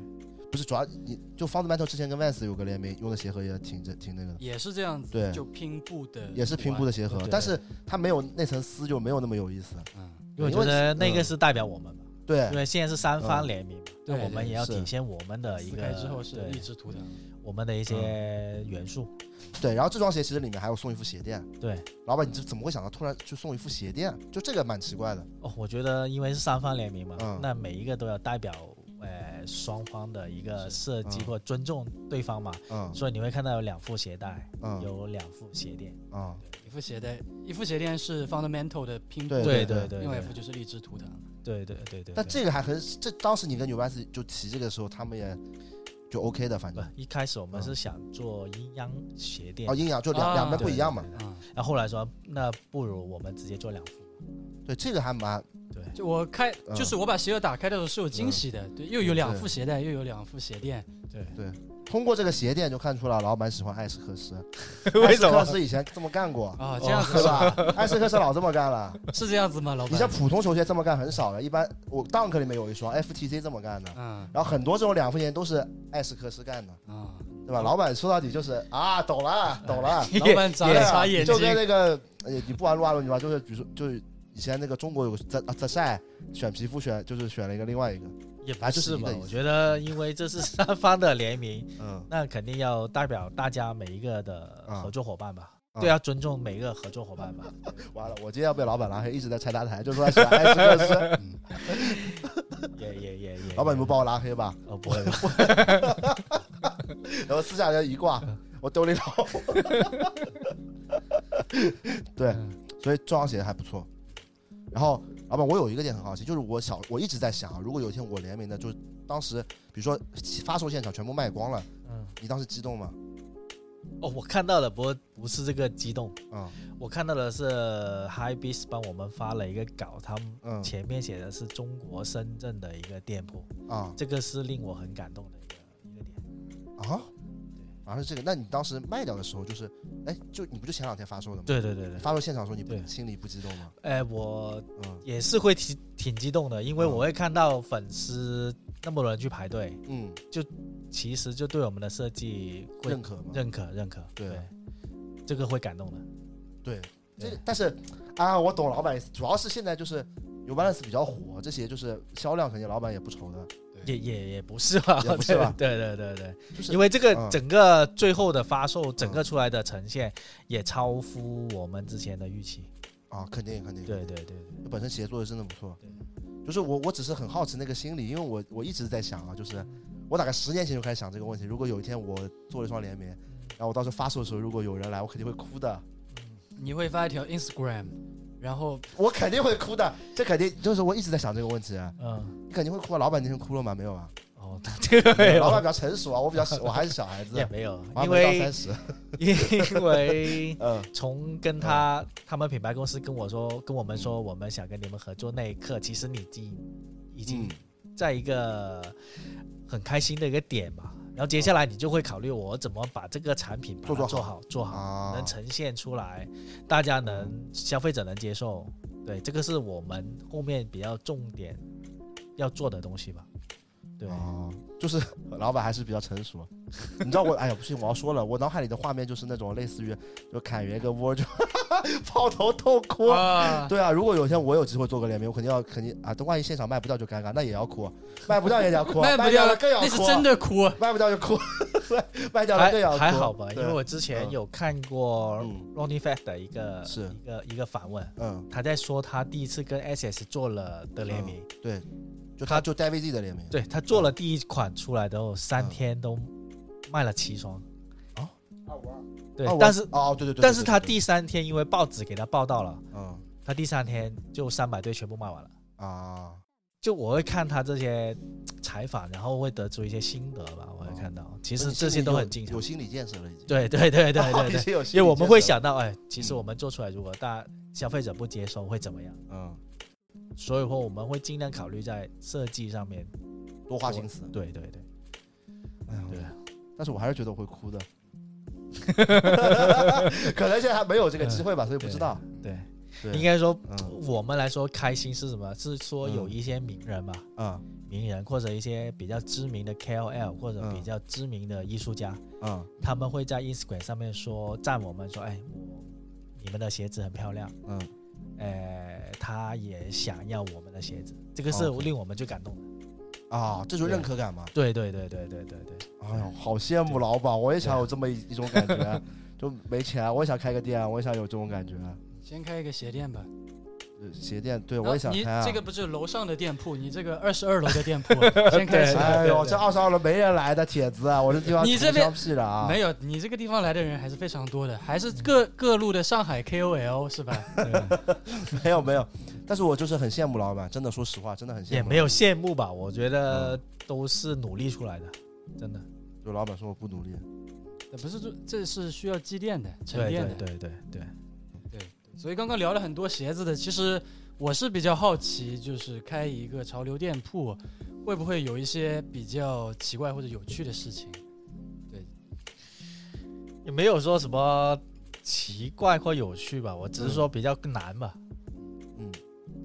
不是主要你就 Fundamental 之前跟 Vans 有个联名，用的鞋盒也挺这挺那个的，
也是这样子，
对
就拼布的，
也是平布的，鞋盒
对，对
但是它没有那层丝就没有那么有意思。
嗯，
因为我觉得那个是代表我们嘛，因
对，嗯
为现在是三方联名嘛，
对
那我们也要
是
体现我们的一
撕
个
开之后是
对
励志图腾，
我们的一
嗯
些元素。
对，然后这双鞋其实里面还有送一副鞋垫，
对，
老板你这怎么会想到突然就送一副鞋垫？就这个蛮奇怪的。
哦，我觉得因为是三方联名嘛
嗯，
那每一个都要代表呃双方的一个设计
嗯
或尊重对方嘛，
嗯
所以你会看到有两副鞋带，
嗯
有两副鞋垫。
嗯，
一副鞋带，一副鞋垫是 fundamental 的拼布，
对
对
对
对
另外一副
对
就是励志图腾。
对对对对。
但这个还很这当时你跟 New Balance 就提这个时候，他们也就 OK 的，反
不
正
一开始我们
嗯
是想做阴阳鞋垫
哦，，阴阳就两
啊
两边不一样嘛
对。
嗯，
然后后来说那不如我们直接做两副。
对，这个还蛮
就我开，
嗯
就是我把鞋盒打开的时候是有惊喜的，对，又有两副鞋带，又有两副鞋垫，
对，
通过这个鞋垫就看出来老板喜欢艾斯克斯，艾
为
斯
什么
克？斯以前这么干过。
啊，这 样子
是吧？艾斯克斯老这么干了，
是这样子吗，老
你像
板？
普通球鞋这么干很少的，一般我 Dunk 里面有一双 FTC 这么干的，
嗯
然后很多这种两分钱都是艾斯克斯干的，
啊，
对吧？老板说到底就是啊，懂了，懂了，
老板眨
对
了
啊
眨眼睛
就，跟那个呃，你不玩撸啊撸，你玩就是比如说就是以前那个中国有个在啊在晒选皮肤选，就是选了一个另外一个，
也
反
不
正就是
是
一个
吧
意？思
我觉得因为这是三方的联名，
嗯啊
那肯定要代表大家每一个的合作伙伴吧。
嗯
对，要尊重每一个合作伙伴吧。
完了，我今天要被老板拉黑，一直在拆他台，就说他哎喜欢艾斯克斯。
也也也也，
老板，你
也
不把我拉黑吧？
哦不会吧？
然后私下人一挂，我兜里老。对，所以这双鞋还不错。然后老板，我有一个点很好奇，就是我小我一直在想啊，如果有一天我联名的，就是当时比如说发售现场全部卖光了，
嗯，
你当时激动吗？
哦，我看到了，不过不是这个激动，
嗯
我看到的是 High Beast 帮我们发了一个稿，他们
嗯
前面写的是中国深圳的一个店铺，
啊
这个是令我很感动的一个一个点。
啊，反而是这个。那你当时卖掉的时候，就是哎，就你不就前两天发售的吗？
对对对对，
发售现场的时候，你不
对
心里不激动吗？
哎，我
嗯
也是会挺挺激动的，因为
嗯
我会看到粉丝那么多人去排队，
嗯，
其实就对我们的设计会
认可吗？
认可认可，
对啊嗯
这个会感动的。
对，这
对
但是啊，我懂老板意思，主要是现在就是有 balance 比较火，这些就是销量肯定老板也不愁的，
也也也不是吧，
也不是吧
对对对对
就是
对，因为这个
嗯
整个最后的发售，整个出来的呈现也超乎我们之前的预期。
啊，肯定肯定，
对对对对，
就本身鞋做的真的不错
对。
就是我，我只是很好奇那个心理，因为我我一直在想啊，就是我大概十年前就开始想这个问题。如果有一天我做了一双联名，然后我到时候发售的时候，如果有人来，我肯定会哭的，
你会发一条 Instagram，然后
我肯定会哭的。这肯定就是我一直在想这个问题，
嗯，
你肯定会哭啊。老板那天哭了吗？没有啊。
哦， 这个没
老板
有
比较成熟啊，我比较小我还是小孩子
也，没有，
我还
因
没到
为呃
三十。
因为
嗯
从跟他他们品牌公司跟我说，跟我们说我们想跟你们合作那一刻，其实你已经已经
嗯
在一个很开心的一个点吧。然后接下来你就会考虑我怎么把这个产品把它
做做
做
好
好做好
啊，
能呈现出来，大家能消费者能接受。对，这个是我们后面比较重点要做的东西吧。对，
哦，就是老板还是比较成熟。你知道我，哎呀，不行，我要说了，我脑海里的画面就是那种类似于就砍圆一个窝就 抱头痛哭。
啊，
对啊，如果有一天我有机会做个联名，我肯定要肯定啊，等万一现场卖不掉就尴尬，那也要哭，卖不掉也要哭，啊卖
不掉
了更要哭，
那是真，的哭。啊
卖不掉就哭， 卖掉了更要
还
哭。
还好吧，因
对
为我之前
嗯
有看过
嗯
Ronnie Fat 的一个
是
一个一个访问，
嗯，
他在说他第一次跟 SS 做了的联名，
嗯对，就他就 David Z 的联名，
对他做了第一款出来之后，
嗯
三天都卖了七双，
啊我
对，
啊我
但是
哦对对对，
但是
对
他
对对
第三天因为报纸给他报道了，
嗯
他第三天就三百对全部卖完了。
啊
就我会看他这些嘖采访，然后会得出一些心得吧，我会看到，其
哦那
实
你
这
心
些
里
都
有
很经常
有。心理建设了已经。
对对 对对对
已
对，
经有心理建设了，
因为我们会想到，哎，其实
嗯
我们做出来，如果大消费者不接受会怎么样？
嗯，
所以说我们会尽量考虑在设计上面。
多花心思。
对对对
哎呀
嗯对，
但是我还是觉得我会哭 的。可能现在还没有这个机会吧，所以不知道。
嗯对，
对，
应该说
嗯
我们来说开心是什么？是说有一些名人吧，
嗯
名人或者一些比较知名的 KOL 或者
嗯
比较知名的艺术家，
嗯
他们会在 Instagram 上面说赞我们说，哎，我你们的鞋子很漂亮，
嗯，
呃，他也想要我们的鞋子，这个是
哦 OK
令我们最感动的。
啊，这就是认可感嘛。
对对对对对对对，
哎呦，好羡慕老板，我也想有这么一一种感 觉。就没钱，我也想开个店，我也想有这种感觉。
先开一个鞋店吧，
呃鞋店，对我也想
然后
开啊。
你这个不是楼上的店铺，你这个二十二楼的店 铺先开始。啊
哎
对
呦，
对对
这二十二楼没人来的帖子啊，我这地方
你
穷
这边
乡僻壤啊。嗯
没有，你这个地方来的人还是非常多的，还是各各路的上海 KOL 是吧？
对
没有没有，但是我就是很羡慕老板，真的，说实话，真的很羡慕。嗯
也没有羡慕吧，我觉得都是努力出来的，真的。
就老板说我不努力，
不是说，这是需要积淀的、沉
对
淀的
对。对对对，
所以刚刚聊了很多鞋子的，其实我是比较好奇，就是开一个潮流店铺，会不会有一些比较奇怪或者有趣的事情？
也没有说什么奇怪或有趣吧，我只是说比较难吧。
嗯，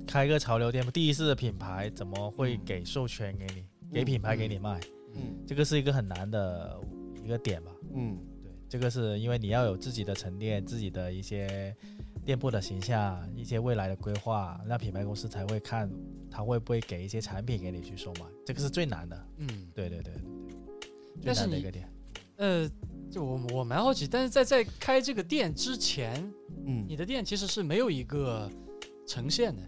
开个潮流店，第一次的品牌怎么会给授权给你，
嗯
给品牌给你卖？
嗯
这个是一个很难的一个点吧。
嗯
对，这个是因为你要有自己的沉淀，自己的一些店铺的形象，一些未来的规划，那品牌公司才会看他会不会给一些产品给你去售卖，这个是最难的。
嗯，
对对对，对
但
最
是
难的
你
一个点。
呃，就我我蛮好奇，但是在在开这个店之前，
嗯，
你的店其实是没有一个呈现的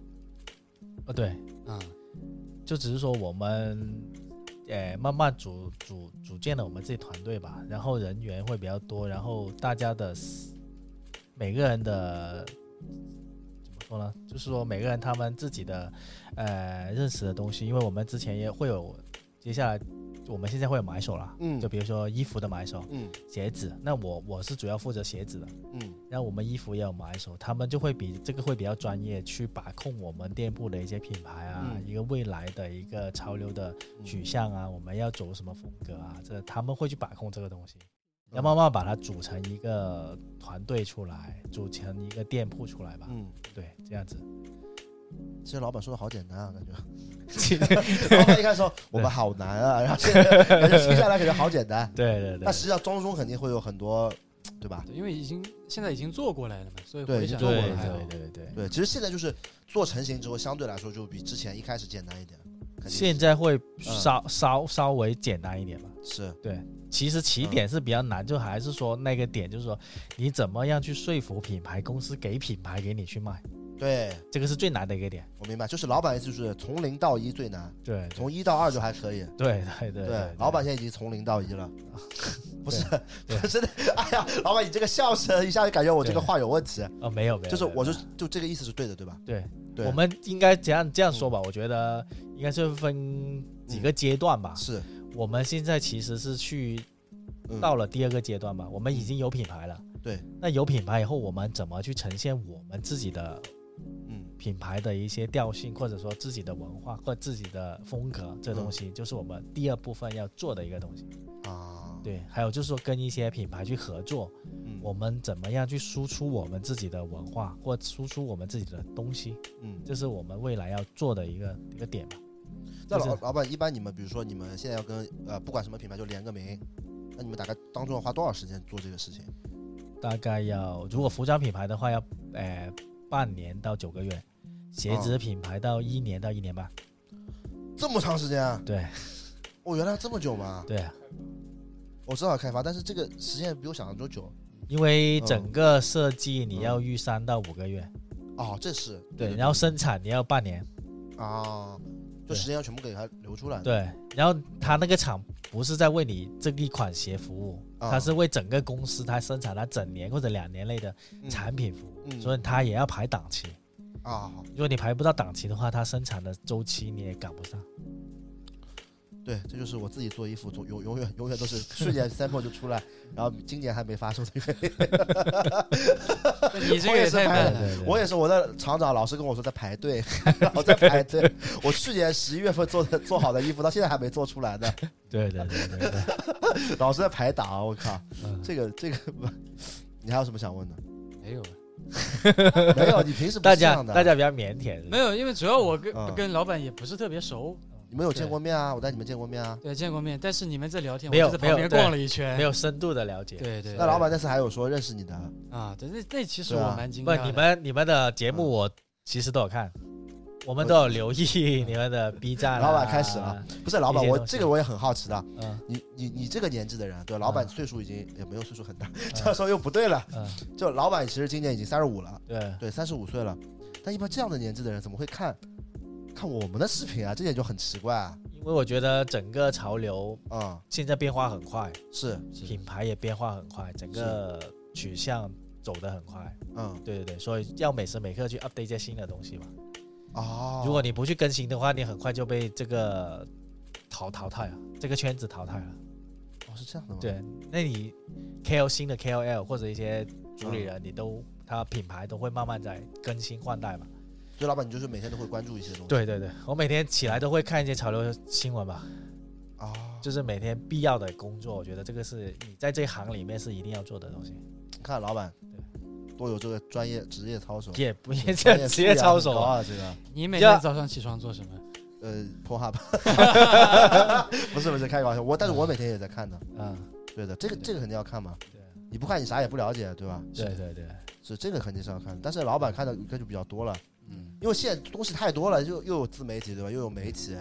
呃，对，
嗯
啊、
就只是说我们，呃，慢慢组组组建了我们自己团队吧，然后人员会比较多，然后大家的思每个人的怎么说呢？就是说每个人他们自己的呃认识的东西，因为我们之前也会有，接下来我们现在会有买手啦，
嗯
就比如说衣服的买手、
嗯
鞋子，那我我是主要负责鞋子的，
嗯
然后我们衣服也有买手，他们就会比这个会比较专业，去把控我们店铺的一些品牌啊，
嗯
一个未来的一个潮流的取向啊，我们要走什么风格啊，这他们会去把控这个东西，
嗯
要慢慢把它组成一个团队出来，组成一个店铺出来吧。
嗯，
对，这样子。
其实老板说的好简单啊， 感觉。老板一开始说我们好难啊，然后现在 感觉听下来感觉好简单，
对对对
但实际上当中肯定会有很多，对吧？
对因为已经现在已经做过来了嘛，所以
对
回
已经
想
做
对
过
起
来
来还
了
好
对对对对，
对，其实现在就是做成型之后，相对来说就比之前一开始简单一点。肯定是
现在会稍稍稍微简单一点吧。
是
其实起
嗯
点是比较难，就还是说那个点，就是说你怎么样去说服品牌公司给品牌给你去卖，
对，
这个是最难的一个点。
我明白，就是老板就是从零到一最难，
对，
从一到二就还可以。
对对对
对，老板现在已经从零到一了，不是，
对
不是 的，哎呀，老板，你这个笑声一下就感觉我这个
对
话有问题，
哦，没有没有，
就是
没有
我就
没有
就这个意思是对的，对吧？
对，
对，
我们应该这样这样说吧，我觉得应该是分几
嗯
个阶段吧。
是
我们现在其实是去
嗯
到了第二个阶段吧，我们已经有品牌了。
对，
那有品牌以后，我们怎么去呈现我们自己的
嗯
品牌的一些调性，或者说自己的文化或自己的风格，这东西就是我们第二部分要做的一个东西。
啊，
对，还有就是说跟一些品牌去合作，
嗯
我们怎么样去输出我们自己的文化或输出我们自己的东西，
嗯，
这是我们未来要做的一个一个点吧。
那
就是
老老板，一般你们比如说你们现在要跟呃不管什么品牌就连个名，那你们大概当中要花多少时间做这个事情？
大概要如果服装品牌的话，要呃半年到九个月，鞋子品牌到一年到一年半。
这么长时间啊？
对
哦，原来这么久吗？
对，啊
我知道开发，但是这个时间比我想象中久。
因为
嗯
整个设计你
嗯
要预三到五个月，
哦，这是
对，然后生产你要半年。
啊，就
对
时间要全部给它留出来。，
对，然后他那个厂不是在为你这一款鞋服务，
啊
他是为整个公司它生产它整年或者两年内的
嗯
产品服务，
嗯
所以它也要排档期。
啊，好
如果你排不到档期的话，它生产的周期你也赶不上。
对，这就是我自己做衣服，总永永远永远都是去年 sample 就出来，然后今年还没发售的原因。
对 你这个也太慢了，
对
哎我也是，我的厂长老是跟我说在排队， 然后在排队。我去年十一月份做的做好的衣服，到现在还没做出来呢，
对对对对对，
老是在排档。我靠，
嗯
这个这个，你还有什么想问的？
没有
没有，你平时不
大
是这
家
样的。啊
大家比较腼腆，
没有，因为主要我跟、
嗯
跟老板也不是特别熟，
你们有见过面啊？我带你们见过面啊。
对，见过面，但是你们在聊天，
没有
我就在旁
没有
边
对
逛了一圈，
没有深度的了解。
对对，
那老板那次还有说认识你的，
啊，对，那那其实
对啊
我蛮惊
不，
讶的，
你们你们的节
嗯
目我其实都有看，我们都有留意 你们的 B 站啊。
老板开始了不是老板，
一些
我
东西
这个我也很好奇的。
嗯
你你你这个年纪的人，啊对老板
嗯
岁数已经也没有岁数很大， 这样说又不对了。
嗯，
就老板其实今年已经三十五了，
对。
对，三十五岁了。但一般这样的年纪的人怎么会看看我们的视频啊？这点就很奇怪啊。
因为我觉得整个潮流
嗯，
现在变化很快，
是，
是
品牌也变化很快，整个取向走得很快。
嗯，
对对对，所以要每时每刻去 update 一些新的东西嘛。
哦，
如果你不去更新的话，你很快就被这个淘淘汰了，这个圈子淘汰了。
哦是这样的吗？，
对，那你 KOL 新的 KOL 或者一些主理人，你都他品牌都会慢慢在更新换代嘛。
所以老板你就是每天都会关注一些东西。，
对对对，我每天起来都会看一些潮流新闻吧，
啊，
就是每天必要的工作，我觉得这个是你在这一行里面是一定要做的东西。
你看老板，多有这个专业职业操守，
也不也
对
这职业操
素
守
养很高
啊，
啊，这个。
你每
要
天早上起床做什么？
呃破 o 吧，不是不是开个玩笑，我但是我每天也在看的，
嗯，
对的，这个这个肯定要看嘛，
对
你不看你啥也不了解，对吧？
对对对，
是这个肯定是要看的，但是老板看的应该就比较多了，
嗯，
因为现在东西太多了，又又有自媒体对吧？又有媒体，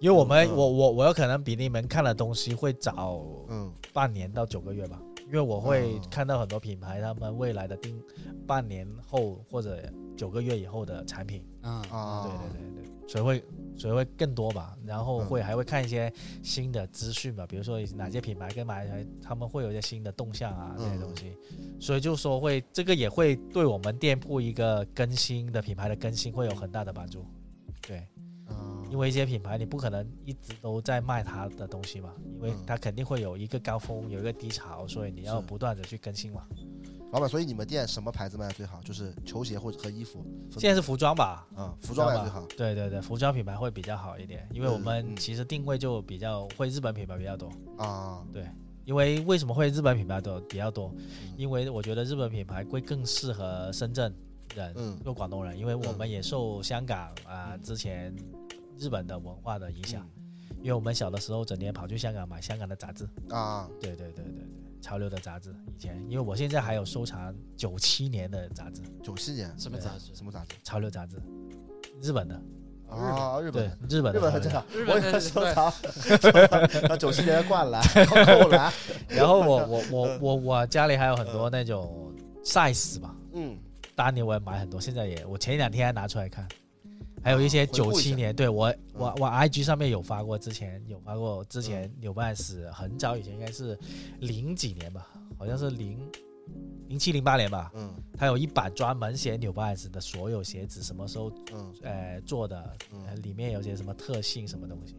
因为我们
嗯
我我我有可能比你们看的东西会早
嗯，
半年到九个月吧，因为我会
哦
看到很多品牌他们未来的定半年后或者九个月以后的产品，
嗯
啊，
对对对对，所以会所以会更多吧，然后
嗯
会还会看一些新的资讯吧，比如说哪些品牌跟哪些他们会有一些新的动向啊这些东西，
嗯
所以就说会这个也会对我们店铺一个更新的品牌的更新会有很大的帮助，对。
嗯，
因为一些品牌你不可能一直都在卖它的东西嘛，因为
嗯
它肯定会有一个高峰，有一个低潮，所以你要
是
不断的去更新嘛。
老板，所以你们店什么牌子卖的最好？就是球鞋或者和衣服分别。
现在是服装吧，
嗯，服装卖的最好
吧。对对对，服装品牌会比较好一点，因为我
嗯嗯
们其实定位就比较会日本品牌比较多。
啊，
因为为什么会日本品牌多比较多？
嗯
因为我觉得日本品牌会更适合深圳人，
嗯
就广东人，因为我们
嗯
也受香港啊、
嗯
之前日本的文化的影响，因为我们小的时候整天跑去香港买香港的杂志。
啊，
对对对对对，潮流的杂志。以前，因为我现在还有收藏九七年的杂志，
九七年
什么杂志？
什么杂志？
潮流杂志，日本的，
啊，日
对
本。
日本的
日本很正
潮流杂
常，
日
我
本
也
的
收
对
藏， 收藏九七年的灌篮、扣篮，
志。然后我我
嗯
我我我家里还有很多那种 size 吧，
嗯，
当年我也买很多，现在也我前两天还拿出来看。还有一些
啊回顾
九
一下嗯
七年，对我我我 IG 上面有发过，之前有发过，之前
嗯
纽曼斯很早以前应该是零几年吧，好像是零零七零八年吧，
嗯
它有一版专门写纽曼斯的所有鞋子什么时候
嗯
呃做的，呃
嗯
里面有些什么特性什么东西。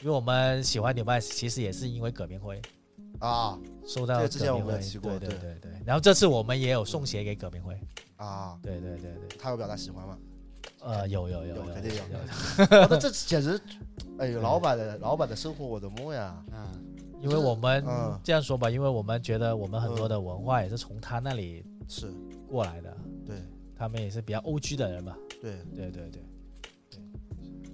因为我们喜欢纽曼，其实也是因为葛明辉
啊
收到
这
葛
个之前我
明
们
辉，
有提过
对对
对
对对。然后这次我们也有送鞋给葛明辉，
啊，
对对对对，
他有表达喜 欢吗？
呃，有有有
有肯
有
定有
有，
我的这简直，哎呦，老板的老板的生活我的梦呀！
嗯
因为我们
嗯
这样说吧，因为我们觉得我们很多的文化也是从他那里
是
过来的，
对
他们也是比较 O G 的人嘛，
对，
对对对，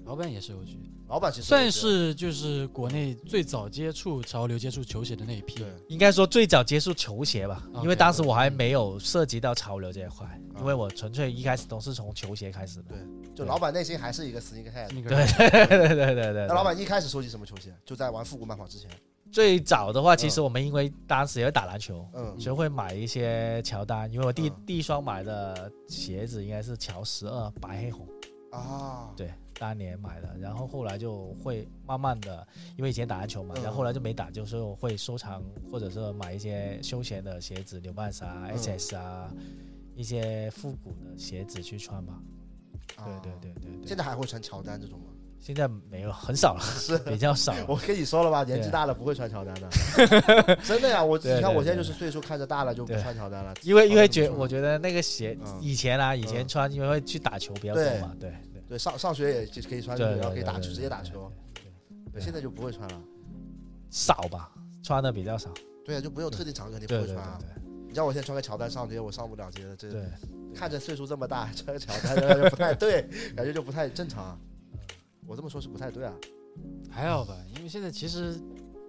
老板也是 OG，
老板其实
算
也
是就是国内最早接触潮流、接触球鞋的那一批
对。
应该说最早接触球鞋吧，
哦
OK，
因为当时我还没有涉及到潮流这一块，
嗯
因为我纯粹一开始都是从球鞋开始的。
就老板内心还是一个 sneakerhead。
那个
对对对对对对。
那老板一开始收集什么球鞋？就在玩复古慢跑之前，
最早的话，
嗯
其实我们因为当时也会打篮球，
嗯
所以会买一些乔丹。因为我第、
嗯
第一双买的鞋子应该是乔十二白黑红，
啊，
对，当年买的。然后后来就会慢慢的，因为以前打篮球嘛，
嗯
然后后来就没打，就是我会收藏或者是买一些休闲的鞋子，纽曼莎、
嗯
HS 啊，一些复古的鞋子去穿吧。
啊
对对。对对对。
现在还会穿乔丹这种吗？
现在没有很少了，
是
比较少 了。
我跟你说了吧，年纪
对
大了不会穿乔丹的， 真的呀！我
对
你看我
对
现在就是岁数看着大了就不
对
穿乔丹了，
因为因为
觉
觉我觉得那个鞋
嗯
以前啊，以前穿因为会去打球比较多嘛，对对
对上上学也就可以穿这个，
对，
然后可以打
对
直接打球，，
对对对
现在就不会穿了。
少吧，穿的比较少，
对呀，就没有特定场合肯定
对
不会
对对
穿
对
啊。你让我现在穿个乔丹上街，我上不了街的，这
对对。
看着岁数这么大，穿个乔丹不太 对，感觉就不太正常啊。我这么说是不太对啊。
还好吧，因为现在其实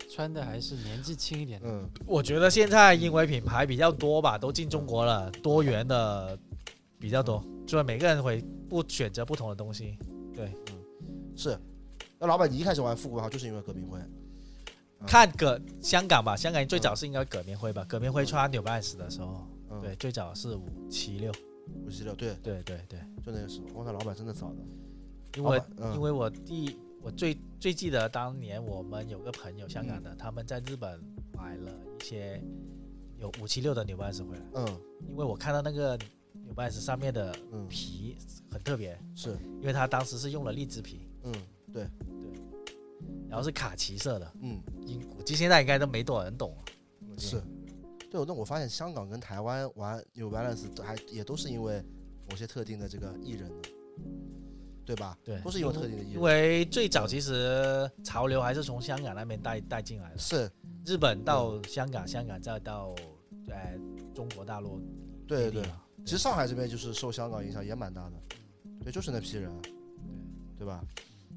穿的还是年纪轻一点的。
嗯，
我觉得现在因为品牌比较多吧，都进中国了，多元的比较多，
嗯
所以每个人会不选择不同的东西。
是。那老板，你一开始玩复古号就是因为革命会嗯
看葛香港吧，香港最早是应该葛棉辉吧，葛棉辉穿纽曼斯的时候，
嗯
对，最早是五七六，
五七六，对，
对对对。
就那个时候。我操，老板真的早的，
因为
老板嗯
因为我第我最最记得当年我们有个朋友香
嗯
港的，他们在日本买了一些有五七六的纽曼斯回来，
嗯
因为我看到那个纽曼斯上面的
嗯
皮很特别，
是，
因为他当时是用了荔枝皮，
嗯
然后是卡其色的，
嗯
因估计现在应该都没多少人懂了。啊
是。对，那我发现香港跟台湾玩 New Balance 都还也都是因为某些特定的这个艺人的，对吧？
对，
都是因为特定的艺
因
人。
为最早其实潮流还是从香港那边带带进来的，
是，
日本到香港，香港再到呃中国大陆
对
地
对
理
对。
嘛
其实上海这边就是受香港影响也蛮大的，对，就是那批人，啊对吧？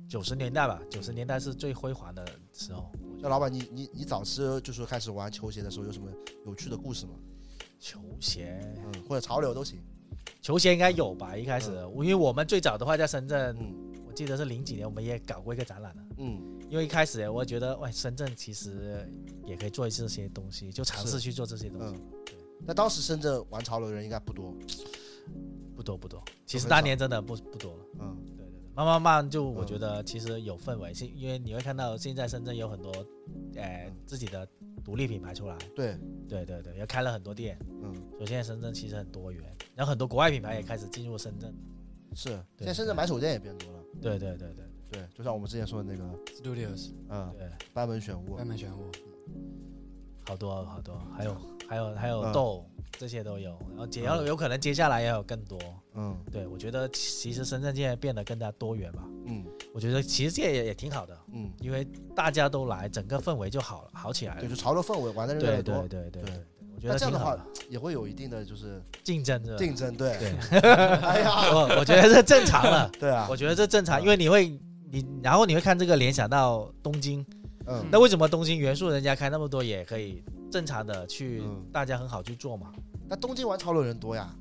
九十年代吧，九十年代是最辉煌的时候。我觉
那
得
老板，你你你早期就是开始玩球鞋的时候有什么有趣的故事吗？
球鞋，
嗯，或者潮流都行。
球鞋应该有吧？一开始，因为我们最早的话在深圳，
嗯
我记得是零几年，我们也搞过一个展览的。啊
嗯
因因为一开始我觉得，喂，深圳其实也可以做这些东西，就尝
是
试去做这些东西。
嗯，那当时深圳玩潮流的人应该不多，
不多不多，其实
很
当
少
年真的不不多了。
嗯，
对对对，慢慢慢就我
嗯
觉得其实有氛围，是因为你会看到现在深圳有很多，呃
嗯，
自己的独立品牌出来。
对，
对对对，也开了很多店，
嗯，
所以现在深圳其实很多元，然后很多国外品牌也开始进入深圳。
是。现
对
在深圳买手店也变多了，
对对对对
对，就像我们之前说的那个，
Studios
嗯，
对，
班门选物
外，卖选物，
好多好多，还有还有
嗯
还有豆这些都有，然后接要有可能接下来也有更多。
嗯
对，我觉得其实深圳现在变得更加多元吧，
嗯
我觉得其实这也也挺好的，
嗯，
因为大家都来，整个氛围就好了，好起来
对，
了
就。潮流氛围玩的人越来
对
越多，
哎对对对
对
对，我觉
那
得
这样
挺
的
好
话
的，
也会有一定的就是
竞争是吧？
竞争，对，
对，
哎呀，
我我觉得这正常了，
对啊
我，觉得这正常，因为你会你然后你会看这个联想到东京，
嗯
那为什么东京元素人家开那么多也可以正常的去
嗯，
大家很好去做嘛？
那东京玩潮流人多呀，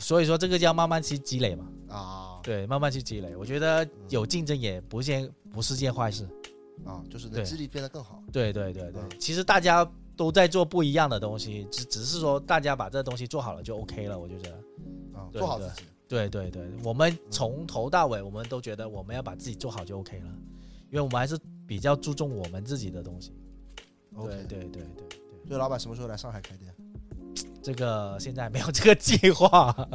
所以说这个要慢慢去积累嘛，
啊
对，慢慢去积累，我觉得有竞争也不件不是件坏事，
啊，就是能
对
激励变得更好，
对对对对
嗯，
其实大家。都在做不一样的东西，只只是说大家把这东西做好了就 OK 了，我就觉得。
啊，
对
做好
对
自己，
对对对，我们从头到尾，我们都觉得我们要把自己做好就 OK 了，因为我们还是比较注重我们自己的东西。对
OK，
对对对对，
对，老板什么时候来上海开店？
这个现在没有这个计划，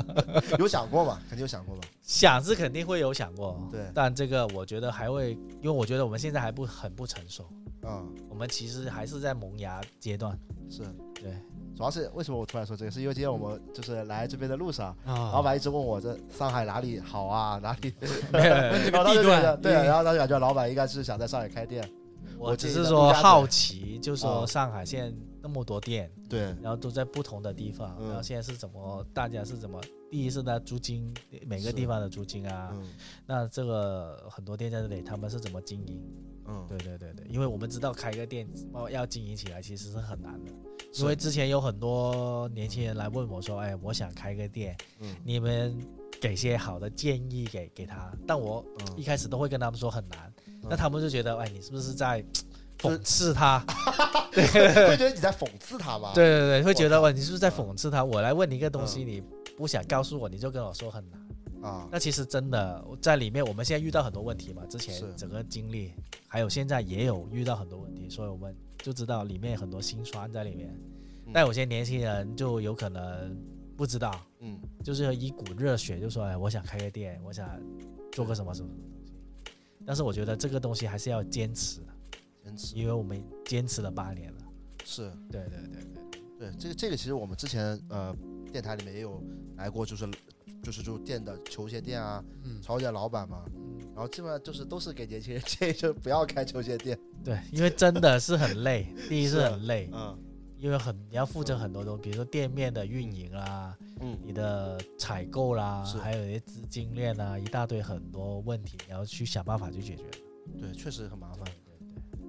有想过吗？肯定有想过吧？
想是肯定会有想过，
对
但这个我觉得还会，因为我觉得我们现在还不很不成熟，
嗯，
我们其实还是在萌芽阶段。
是
对，
主要是为什么我突然说这个？是因为今天我们就是来这边的路上，
啊
老板一直问我这上海哪里好啊，哪里，
没有没有没有
然
问这个
后当
地
时觉得
嗯
段，嗯
对，啊
因为
然后当时感觉老板应该是想在上海开店，
我只
建议
是
大
说
家
好奇，就
啊
说上海现在那么多店，
对，
然后都在不同的地方，
嗯
然后现在是怎么，大家是怎么？第一是呢，租金每个
是
地方的租金啊，
嗯
那这个很多店在这里他们是怎么经营？
嗯，
对对对对，因为我们知道开一个店要要经营起来其实是很难的，
是
因为之前有很多年轻人来问我说，哎，我想开个店，
嗯
你们给些好的建议给给他，但我
嗯
一开始都会跟他们说很难，
嗯
那他们就觉得，哎，你是不是在
就是
讽刺他？
会觉得你在讽刺他吗？，
对对对，会觉得
我
啊哇，你嗯是不是在讽刺他？我来问你一个东西，你不想告诉我，你就跟我说很难。
啊，
那其实真的在里面，我们现在遇到很多问题嘛，之前
是
整个经历，还有现在也有遇到很多问题，所以我们就知道里面很多辛酸在里面
嗯。
但有些年轻人就有可能不知道，
嗯，
就是一股热血，就说哎，我想开个店，我想做个什么什么什么东西。但是我觉得这个东西还是要坚持的，
坚持
因为我们坚持了八年了。
是
对对对对。
对这个这个，其实我们之前呃电台里面也有来过，就是就是就店的球鞋店啊，
嗯，
潮店老板嘛，
嗯
然后基本上就是都是给年轻人建议，就是不要开球鞋店，
对，因为真的是很累， 第一是很累，
嗯
因为很你要负责很多东西，比如说店面的运营啦，
嗯
你的采购啦
是，
还有一些资金链啊，一大堆很多问题，你要去想办法去解决。
对，确实很麻烦。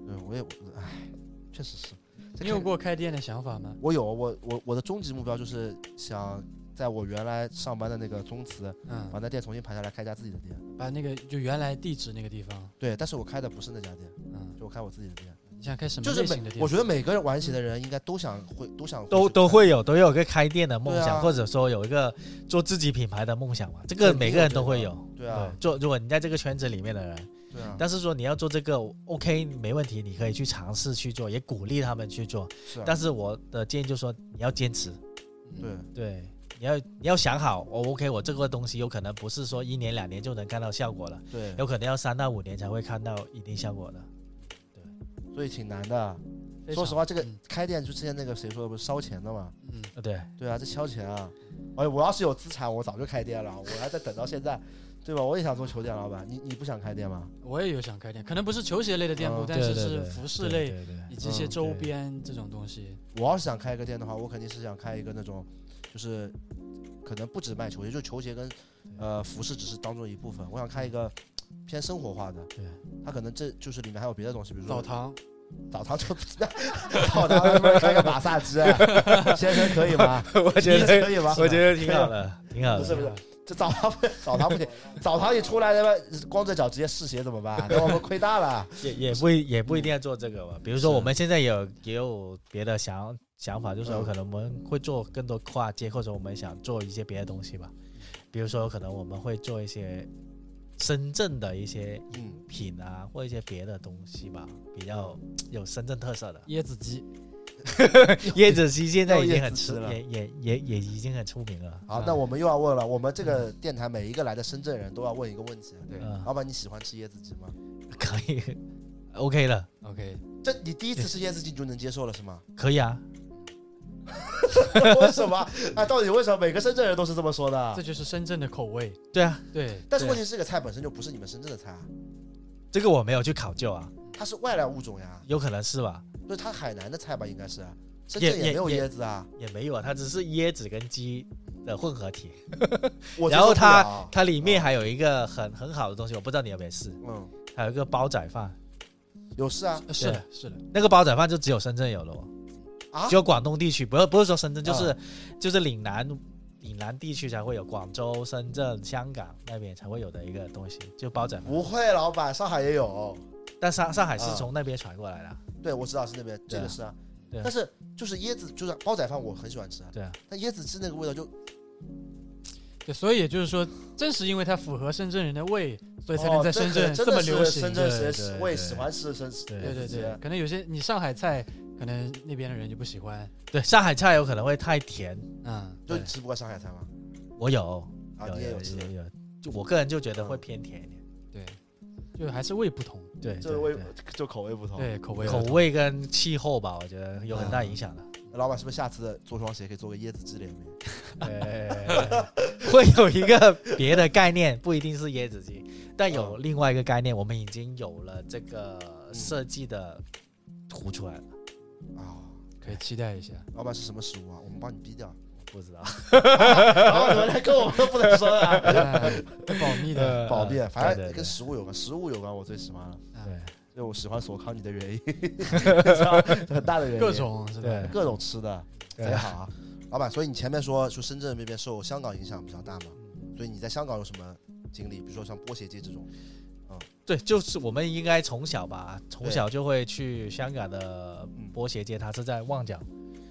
对，我也，唉，确实是。这
你有
肯
过开店的想法吗？
我有，我我我的终极目标就是想在我原来上班的那个宗祠，把
嗯，
那店重新盘下来，开一家自己的店。
把那个就原来地址那个地方，
对，但是我开的不是那家店，
嗯，
就我开我自己的店。
你想开什么
就是
类型的
每
店？
我觉得每个玩鞋的人应该都想会都想
都
去
都会有都有一个开店的梦
对
想，
啊
或者说有一个做自己品牌的梦想嘛，这
肯
个
定
每个人都会有。
对啊
对，做如果你在这个圈子里面的人，
对啊，
但是说你要做这个 OK 没问题，你可以去尝试去做，也鼓励他们去做。
是啊
但是我的建议就是说你要坚持，
嗯
对，
对，你要你要想好，我、OK，我这个东西有可能不是说一年两年就能看到效果了，
对，
有可能要三到五年才会看到一定效果的。
所以挺难的。
非
说实
常
话，这个
嗯
开店就之前那个谁说的不是烧钱的嘛？
嗯，
呃对，
对啊，这烧钱啊！哎，我要是有资产，我早就开店了，我还在等到现在，对吧？我也想做球店老板，你你不想开店吗？
我也有想开店，可能不是球鞋类的店铺
嗯，
但是
对对
是
对
服饰类
对对
以及一些
嗯
周
对
边这种东西。
我要是想开一个店的话，我肯定是想开一个那种，就是可能不止卖球鞋，就球鞋跟呃服饰只是当中一部分。我想开一个偏生活化的，
对
它可能这就是里面还有别的东西，比如说
澡堂，
澡堂就 澡堂他妈开个马啊 萨之，先生可以吗？
对，我
你可以吗？
我觉得挺好的，挺好
不是
的。
不是，这澡堂不澡堂不行，澡堂一出来他妈光着脚直接试鞋怎么 办？那我们亏大了。
也也不也不一定要做这个吧。比如说，我们现在也有也有别的想想法，就是有
嗯
可能我们会做更多跨界，或者我们想做一些别的东西吧。比如说，有可能我们会做一些深圳的一些饮
嗯
品啊，或一些别的东西吧，比较有深圳特色 的。
椰子鸡，
椰子鸡现在已
又
经
椰
很
子鸡
出，
了
也也也也已经很出名了。
好
啊，
那我们又要问了，我们这个电台每一个来的深圳人都要问一个问题，对
嗯
老板你喜欢吃椰子鸡吗？
可以，OK 了，
OK，
这你第一次吃椰子鸡你就能接受了是 吗？
可以啊。
为什 么啊？到底为什么每个深圳人都是这么说
这
的？
就是深圳的口味。
对啊，
对，
但是
对
问题是，这个菜本身就不是你们深圳的菜，啊，
这个我没有去考究啊，
它是外来物种呀，
有可能是吧？
就是它海南的菜吧，应该是啊深圳
也
也没有
也
椰子啊。
也没有啊，它只是椰子跟鸡的混合体，
我
然
接受不
后它
了啊
它里面还有一个很很好的东西，我不知道你有没有试，
嗯
还有一个煲仔饭，
有事啊
呃是的，是的，
那个煲仔饭就只有深圳有了哦，
啊嗯
只有广东地区，不是不是说深圳，就是、就是岭南岭南地区才会有，广州、深圳、香港那边才会有的一个东西，就煲仔饭。
不会，老板，上海也有。
但上上海是
哦啊
从那边传过来的啊，
对，我知道是那边，这
对啊
个是啊
对啊。
但是就是椰子，就是煲仔饭，我很喜欢吃啊。
对啊，
但椰子鸡那个味道就
对，所以也就是说，正是因为它符合深圳人的胃，所以才
哦
能在
这
深
可
圳
能真
这么
的是
流行。
深圳
对
人
对
喜我也
对
喜欢吃深
对
对
椰
对
子鸡
对，可能有些你上海菜，可能那边的人就不喜欢。
对，上海菜有可能会太甜，
嗯，
就
对
你吃不惯上海菜吗？
我有
啊，
有
你也
有
吃
有，有，就我个人就觉得会偏甜一点，
对，就还是胃不同，
对，
这
对
个味
对
就口味不同。
对口味
哦口
不同。
味跟气候吧，我觉得有很大影响的。
老板是不是下次做双鞋可以做个椰子鸡联名？
呃，会有一个别的概念，不一定是椰子鸡，但
嗯
有另外一个概念，我们已经有了这个设计的图出来了，
啊，
可以期 待一下。
老板是什么食物啊？我们帮你逼掉。
不知道。
然后你们来跟我们都不能说啊。
哎保密的，
呃
宝贝，反正
对对
跟食物有关，食物有关我最喜欢了，
哎
这是我喜欢索康尼的 原因，知道很大的原因。
各种是吧？
对
各种吃的，
对
贼好啊。老板，所以你前面说说深圳那边受香港影响比较大嘛，所以你在香港有什么经历？比如说像波鞋街这种，
对，就是我们应该从小吧，从小就会去香港的波鞋街，它是在旺角，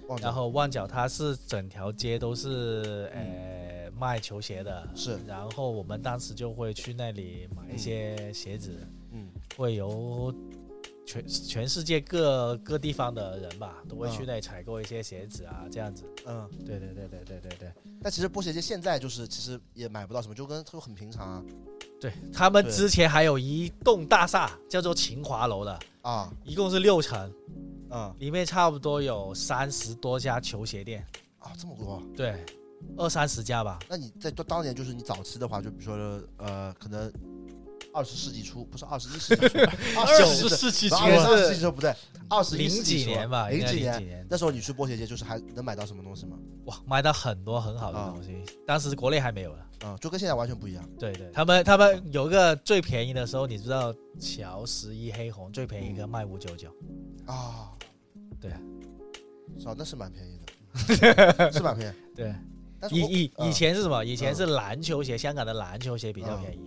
旺角
然后旺角它是整条街都是呃卖球鞋的，
是，
然后我们当时就会去那里买一些鞋子，
嗯，
会由全全世界各各地方的人吧，都会
嗯
去那里采购一些鞋子啊，这样子。
嗯，
对对对对对对对，
但其实波鞋街现在就是其实也买不到什么，就跟就很平常啊
对他们
对
之前还有一栋大厦叫做秦华楼的，
啊，
一共是六层，
嗯，
里面差不多有三十多家球鞋店，
啊这么多，
对，二三十家吧。
那你在当当年就是你早期的话，就比如说呃，可能二十世纪初，不是二十一世纪 初，二
九
十
十
世纪
世纪
初，
初
二
啊
十世纪初不对，二十一
零
世纪
几
初
年吧，应
零
该
几
零
年。
年
那时候你去波鞋街就是还能买到什么东西吗？
哇，买到很多很好的
啊
东西，当时国内还没有了。
嗯，就跟现在完全不一样。
对对，他们他们有一个最便宜的时候，你知道乔十一黑红最便宜一个卖五九九，
啊，
对啊，
是啊，那是蛮便宜 的，是蛮便宜。
对，
但是
以
我
以
嗯
以前是什么？以前
嗯
是篮球鞋，香港的篮球鞋比较
嗯
便宜，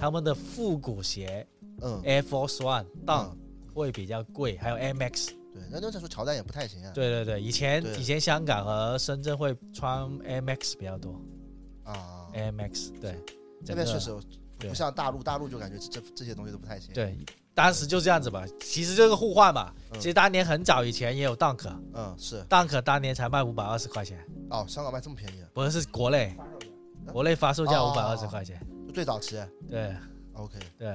他
嗯
们的复古鞋
嗯
Air Force One
嗯
Dunk 会比较贵，还有 Air Max。
对，那那时候乔丹也不太行啊。
对嗯对对，以前
对
以前香港和深圳会穿 Air Max 比较多
啊，
，Air Max 对，
这边
整
确
个
实
哎对
不像大陆，大陆就感觉这这这些东西都不太行。，
对，当时就这样子吧。其实这个互换嘛，
嗯
其实当年很早以前也有 Dunk，Dunk
嗯，是
当年才卖五百二十块钱。
哦，香港卖这么便宜，
不是是国内，国内发售价
哦
五百二十块钱，
就最早期。
对
OK，
对，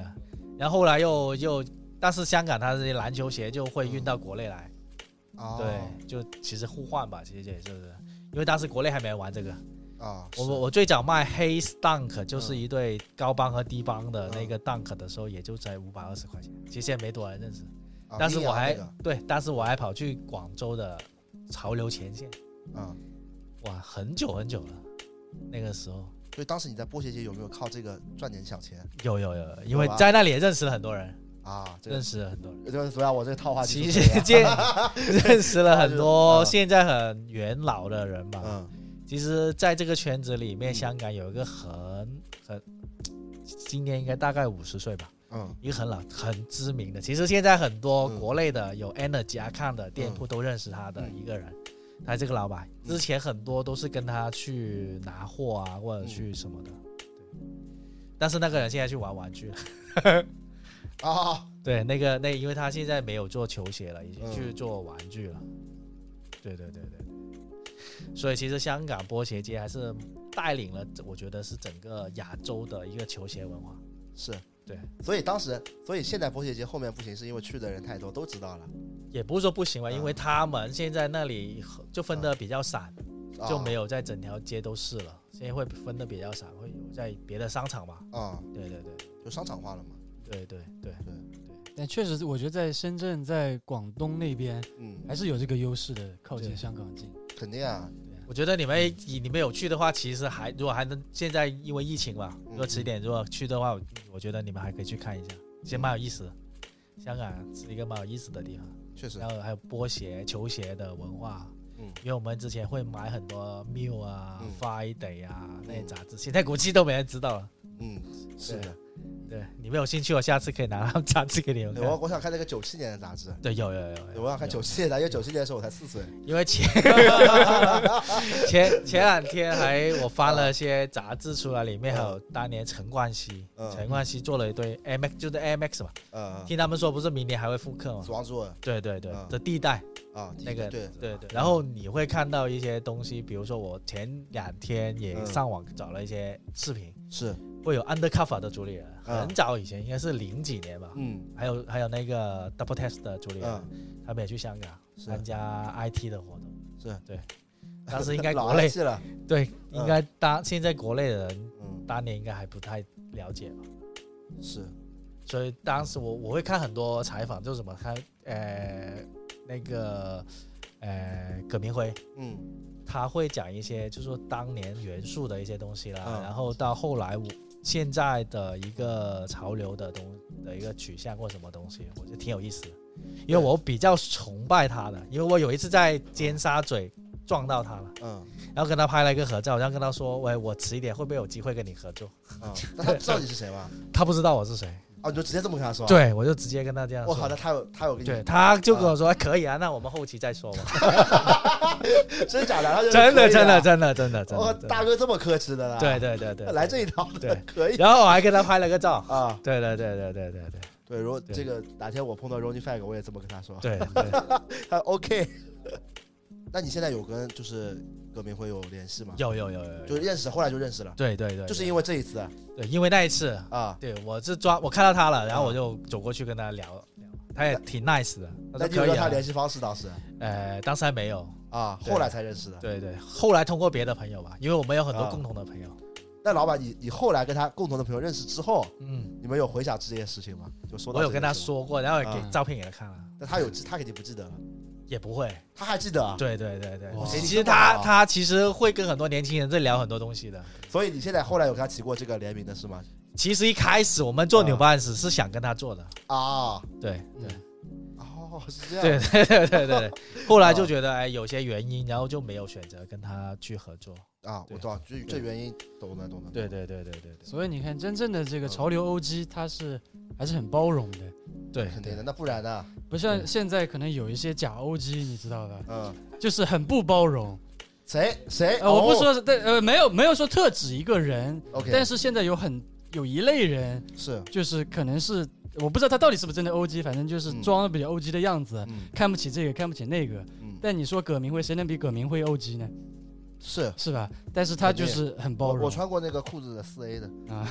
然后后来又又，但是香港它这些篮球鞋就会运到国内来，
啊，
对，就其实互换吧，其实也就是，因为当时国内还没玩这个，
啊，是
我我我最早卖黑 Dunk 就是
嗯
一对高帮和低帮的那个 Dunk 的时候，也就才五百二十块钱，其实也没多人认识，
啊
但是
民
我
谣
还
那个
对，但是我还跑去广州的潮流前线，
嗯，
哇，很久很久了，那个时候。
所以当时你在波鞋街有没有靠这个赚点小钱
有有有，因为
吧
在那里也认识了很多人，
啊？这
认
个
识了很多人，
就是主要我这个套话技
其
术
实
可以啊
见认识了很多
嗯
现在很元老的人吧，
嗯
其实在这个圈子里面，
嗯
香港有一个很很，今年应该大概五十岁吧，
嗯
一个很老很知名的。其实现在很多
嗯
国内的有 Energy 啊看的店铺都认识他的
嗯
一个人，他这个老板
嗯
之前很多都是跟他去拿货啊，
嗯
或者去什么的。对但是那个人现在去玩玩具了。
啊，
对，那个那，因为他现在没有做球鞋了，已经
嗯
去做玩具了。对对对对，所以其实香港波鞋节还是带领了，我觉得是整个亚洲的一个球鞋文化。
是
对，
所以当时，所以现在博学节后面不行，是因为去的人太多，都知道了，
也不是说不行吧，因为
嗯
他们现在那里就分的比较散，
啊
就没有在整条街都是了，现在会分的比较散，会有在别的商场吧。
啊，
对对对
就商场化了嘛，
对对对，
但确实，我觉得在深圳、在广东那边
嗯，
哎
还是有这个优势的，靠近
对
香港近。
肯定啊，
我觉得你们你们有去的话，其实还如果还能现在因为疫情嘛，
嗯
如果迟点如果去的话，我我觉得你们还可以去看一下，
嗯
其实蛮有意思的。香港是一个蛮有意思的地方，
确实
然，后还有波鞋、球鞋的文化，
嗯，
因为我们之前会买很多 Miu 啊、
嗯
Friday 啊那些
嗯
杂志，现在估计都没人知道了。
嗯，是的，
对，你们有兴趣，我下次可以拿 他们杂志给你们
对我
看。
我想看那个九七年的杂志，
对，有有有
对
有，
我想看
有
九七年的，因为九七年的时候我才四岁，
因为前 前前两天还我翻了些杂志出来，里面还有当年陈冠希，
嗯
陈冠希做了一对 MX，就是 MX 嘛，
呃，
听他们说不是明年还会复刻吗
死？亡之吻
对对对
嗯
的地带，
啊，第一
那个
对
对对，然后你会看到一些东西，比如说我前两天也
嗯
上网找了一些视频，
是，
会有 Undercover 的主理人，
嗯
很早以前应该是零几年吧，
嗯
还有还有那个 Double Test 的主理人，
嗯，
他们也去香港
是
参加 IT 的活动，
是
对，啊当时应该
老
国内
气了，
对，
嗯
应该当现在国内的人
嗯，
当年应该还不太了解吧，
是，
所以当时我我会看很多采访，就是什么看呃那个呃葛明辉，
嗯
他会讲一些就是说当年元素的一些东西啦，
嗯
然后到后来我现在的一个潮流的东的一个取向或什么东西，我觉得挺有意思的，因为我比较崇拜他的，因为我有一次在尖沙咀撞到他了。
嗯
然后跟他拍了一个合照，然后跟他说：“喂，我迟一点会不会有机会跟你合作
嗯，那他知道你是谁 吗？？”
他不知道我是谁，
啊，你就直接这么跟他说，，
对我就直接跟他这样
我靠，那
说。
他有他有跟
对，
你，
他就跟我说：“可以啊，那我们后期再说吧。
真假的，他就”
真的，
可以
真的，
啊，
真的，真的，真
我
的
靠
真
大
的。
哥这么客气的呢，
对对对对，
来
对
这一套的
对
可以
然后我还跟他拍了个照。
啊。
对对对对对对对
对，如果
对
这个哪天我碰到 Ronnie Fag，我也这么跟他说，
对对，
他 OK。那你现在有跟就是葛明辉有联系吗？
有有有有
就
有，
认识，后来就认识了，
对对对，
就是
因
因为这一次
对，因为那一次，
啊。
对我是抓我看到他了，然后我就走过去跟他聊聊，他也挺 nice 的，
那
他
你有
说
跟
可以
他
啊
联。系方式当时
呃，当时还没有，
啊，
对
后来才认识的。
对对，后来通过别的朋友吧，因为我们有很多
啊
共同的朋友。
那老板，你你后来跟他共同的朋友认识之后，
嗯，
你们有回想这件事情吗？就说到
我有
这
跟
件
他
事
说过，然后也
啊
给照片给他看了，
吗，那他有记，他肯定不记得了，
也不会。
他还记得啊。
对对对对
哇，
其
这
实
么
他
好啊
他其实会跟很多年轻人在聊很多东西的。
所以你现在后来有跟他提过这个联名的是吗？
其实一开始我们做
啊
纽巴时是想跟他做的，
啊，
对
嗯
哦，是这样。哦
对 对对对对对。后来就觉得哎有些原因，然后就没有选择跟他去合作。
啊，我
对
知道，这这原因懂的懂的。
对对对对对对
所以你看，真正的这个
嗯
潮流 OG，它是还是很包容的，
对，
肯定的，那不然呢？
不像
对
现在可能有一些假 OG，你知道吧？
嗯，
就是很不包容。
谁谁？
呃，我不
哦
说是，但呃，没有没有说特指一个人，
，OK，
但是现在有很有一类人，
是，
就是可能是我不知道他到底是不是真的 OG，反正就是
嗯
装的比较 OG 的样子，
嗯
看不起这个，看不起那个。
嗯，
但你说葛明辉，谁能比葛明辉 OG 呢？
是
是吧？但是他就是很包
我
容。
我穿过那个裤子的四 A 的，
啊，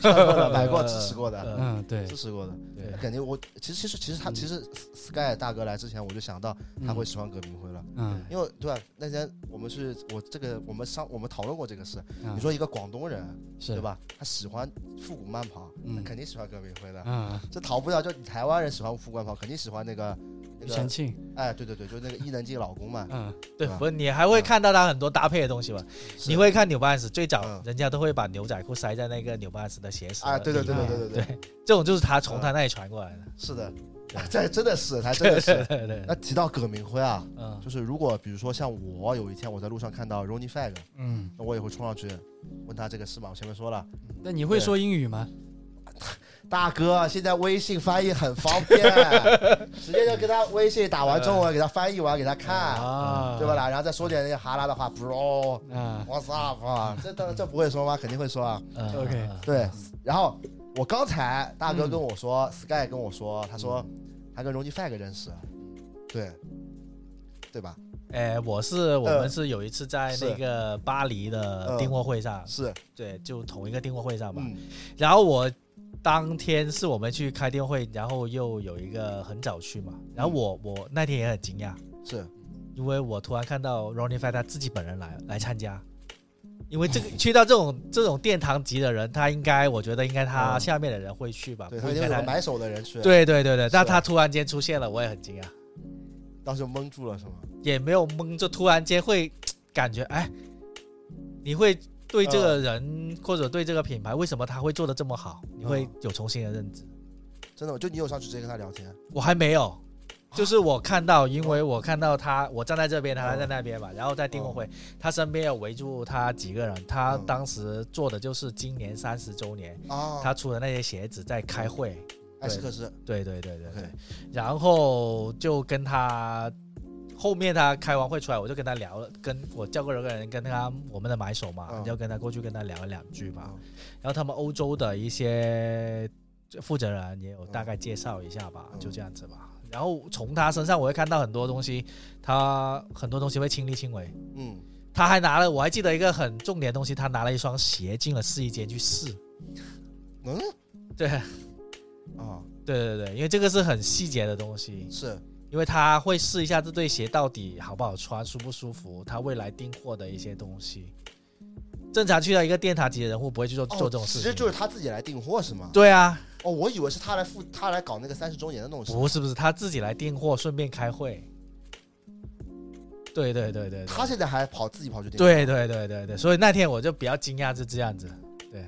穿过的，买过，支持过的，
呃
嗯，对
支，持过的。
对
肯定我其实其实其实他
嗯
其实 Sky 大哥来之前我就想到
嗯
他会喜欢葛明辉了，
嗯，
因为对吧？那天我们去我这个我们商我们讨论过这个事，
嗯，
你说一个广东人
是
对？吧？他喜欢复古慢跑，
嗯
那肯定喜欢葛明辉的，
啊，
这逃不掉。就你台湾人喜欢复古慢跑，肯定喜欢那个那
庾澄
个
庆，
哎，对对对，就那个伊能静老公嘛，
嗯，
对
啊，
不，你还会看到他很多搭配的东西吧？
是
你会看纽巴斯，最早
嗯
人家都会把牛仔裤塞在那个纽巴斯的鞋舌
啊，对对对
里
对
面
对对对，嗯
这种就是他从他那里传过来的。
是的， 这真的是，还真的是。
对对，
那提到葛明辉啊，
嗯
就是如果比如说像我有一天我在路上看到 Ronnie Fag，
嗯，
那我也会冲上去问他这个是吗？我前面说了，
那你会说英语吗？
大哥，现在微信翻译很方 便，直接就给他微信打完
哎
中文，给他翻译完给他看，
啊
对吧？啦？然后再说点那个哈拉的话，bro。
啊
What's up 啊？这当这不会说吗？肯定会说啊。
嗯
OK
对，然后我刚才大哥跟我说、s
嗯
k y 跟我说，他说他跟 Ronnie Fag 认识，对，对吧？
哎，我是我们是有一次在
嗯是嗯
那个巴黎的订货会上，
是，
对，就同一个订货会上吧。
嗯，
然后我当天是我们去开店会，然后又有一个很早去嘛，然后
嗯
我我那天也很惊讶，
是
因为我突然看到 Ronnie Fai 他自己本人来来参加，因为这
哦
个去到这种这种殿堂级的人，他应该我觉得应该他
嗯
下面的人会去吧，
对
不
他一
应
定有
该
个
他。
买手的人去，，
对对对对，
是啊
但他突然间出现了，我也很惊讶，
当时蒙住了是吗？
也没有懵，就突然间会感觉哎，你会对这
呃
个人、或者对这个品牌为什么他会做的这么好，你
嗯
会有重新的认知。
真的吗，就你有上去直接跟他聊天，
我还没有，
啊
就是我看到，因为我看到他，我站在这
嗯
边，他在那边嘛，然后在订婚会，他身边有围住他几个人，他
嗯
当时做的就是今年三十周年，
啊，
他出的那些鞋子在开会，
艾斯克斯，
对对对对对
OK，
然后就跟他。后面他开完会出来，我就跟他聊了，跟我叫过了个人跟他我们的买手嘛，
嗯
要跟他过去跟他聊了两句吧。
嗯
然后他们欧洲的一些负责人也有大概介绍一下吧，
嗯
就这样子吧。然后从他身上我会看到很多东西，他很多东西会亲力亲为。
嗯，
他还拿了，我还记得一个很重点的东西，他拿了一双鞋进了试衣间去试。
嗯，
对，
啊，
对对对，因为这个是很细节的东西，
是，
因为他会试一下这对鞋到底好不好穿，舒不舒服，他未来订货的一些东西。正常去到一个殿堂级的人物不会去做、做这种事
哦
情，
其实就是他自己来订货是吗？
对啊，
哦，我以为是他来付，他来搞那个三十周年的东西，
不是不是，他自己来订货，顺便开会。对对对对，对
他现在还跑自己跑去订，，
对对对对对，所以那天我就比较惊讶是这样子。对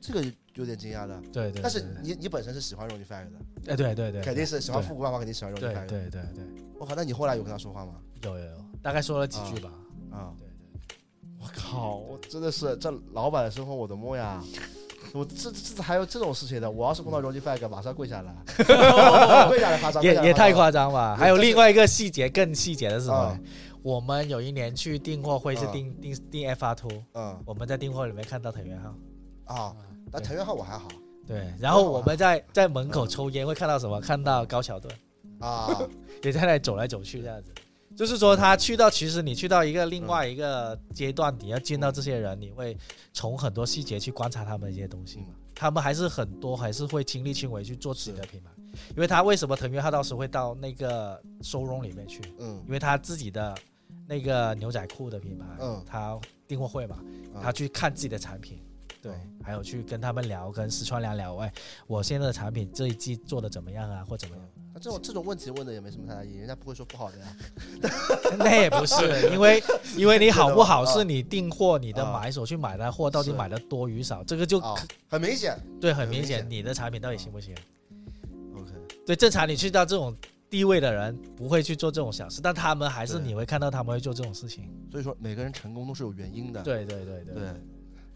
这个有点惊讶的。
对对，
但是
对
你你本身是喜欢 Ronnie Fag 的，
哎对对对，
肯定是喜欢
对
复古漫画，肯定喜欢 Ronnie
对
Fag 的。
对对对，
我靠，那你后来有跟他说话吗？
有有有，大概说了几句吧。
啊，
对对
我靠，我真的是这老板的生活我的梦呀！我这这这还有这种事情的？我要是碰到 Ronnie Fag，马上跪下 来，跪下来发烧，跪下
也
来
也
发烧
太夸张吧！
对
还有
但是
另外一个细节更细节的是什么
啊？
我们有一年去订货会是
啊
订订订 FR Two，
嗯
我们在订货里面看到藤原浩。
啊，那
嗯
藤原浩我还好
对，然后
哇
我们在在门口抽烟会看到什么？看到高桥盾。
啊，
也在那里走来走去这样子。就是说，他去到其实你去到一个另外一个阶段，你要见到这些人，你会从很多细节去观察他们的一些东西
嗯
嘛。他们还是很多，还是会亲力亲为去做自己的品牌，因为他为什么藤原浩到时会到那个收容里面去？
嗯
因为他自己的那个牛仔裤的品牌，
嗯
他订货会嘛，
嗯
他去看自己的产品，对，还有去跟他们聊，跟石川良聊，哎，我现在的产品这一季做的怎么样啊，或怎么样？
那这种这种问题问的也没什么太大意义，人家不会说不好的呀。
那也不是，因为因为你好不好
是的
是你订货，你的
啊
买手去买的货到底
是
买的多与少，这个 就
啊，很明显。
对很明
明
显
显
你的产品到底行不行。
OK，
对，正常你去到这种地位的人不会去做这种小事，但他们还是
对
你会看到他们会做这种事情。
所以说每个人成功都是有原因的。
对对对 对，
对。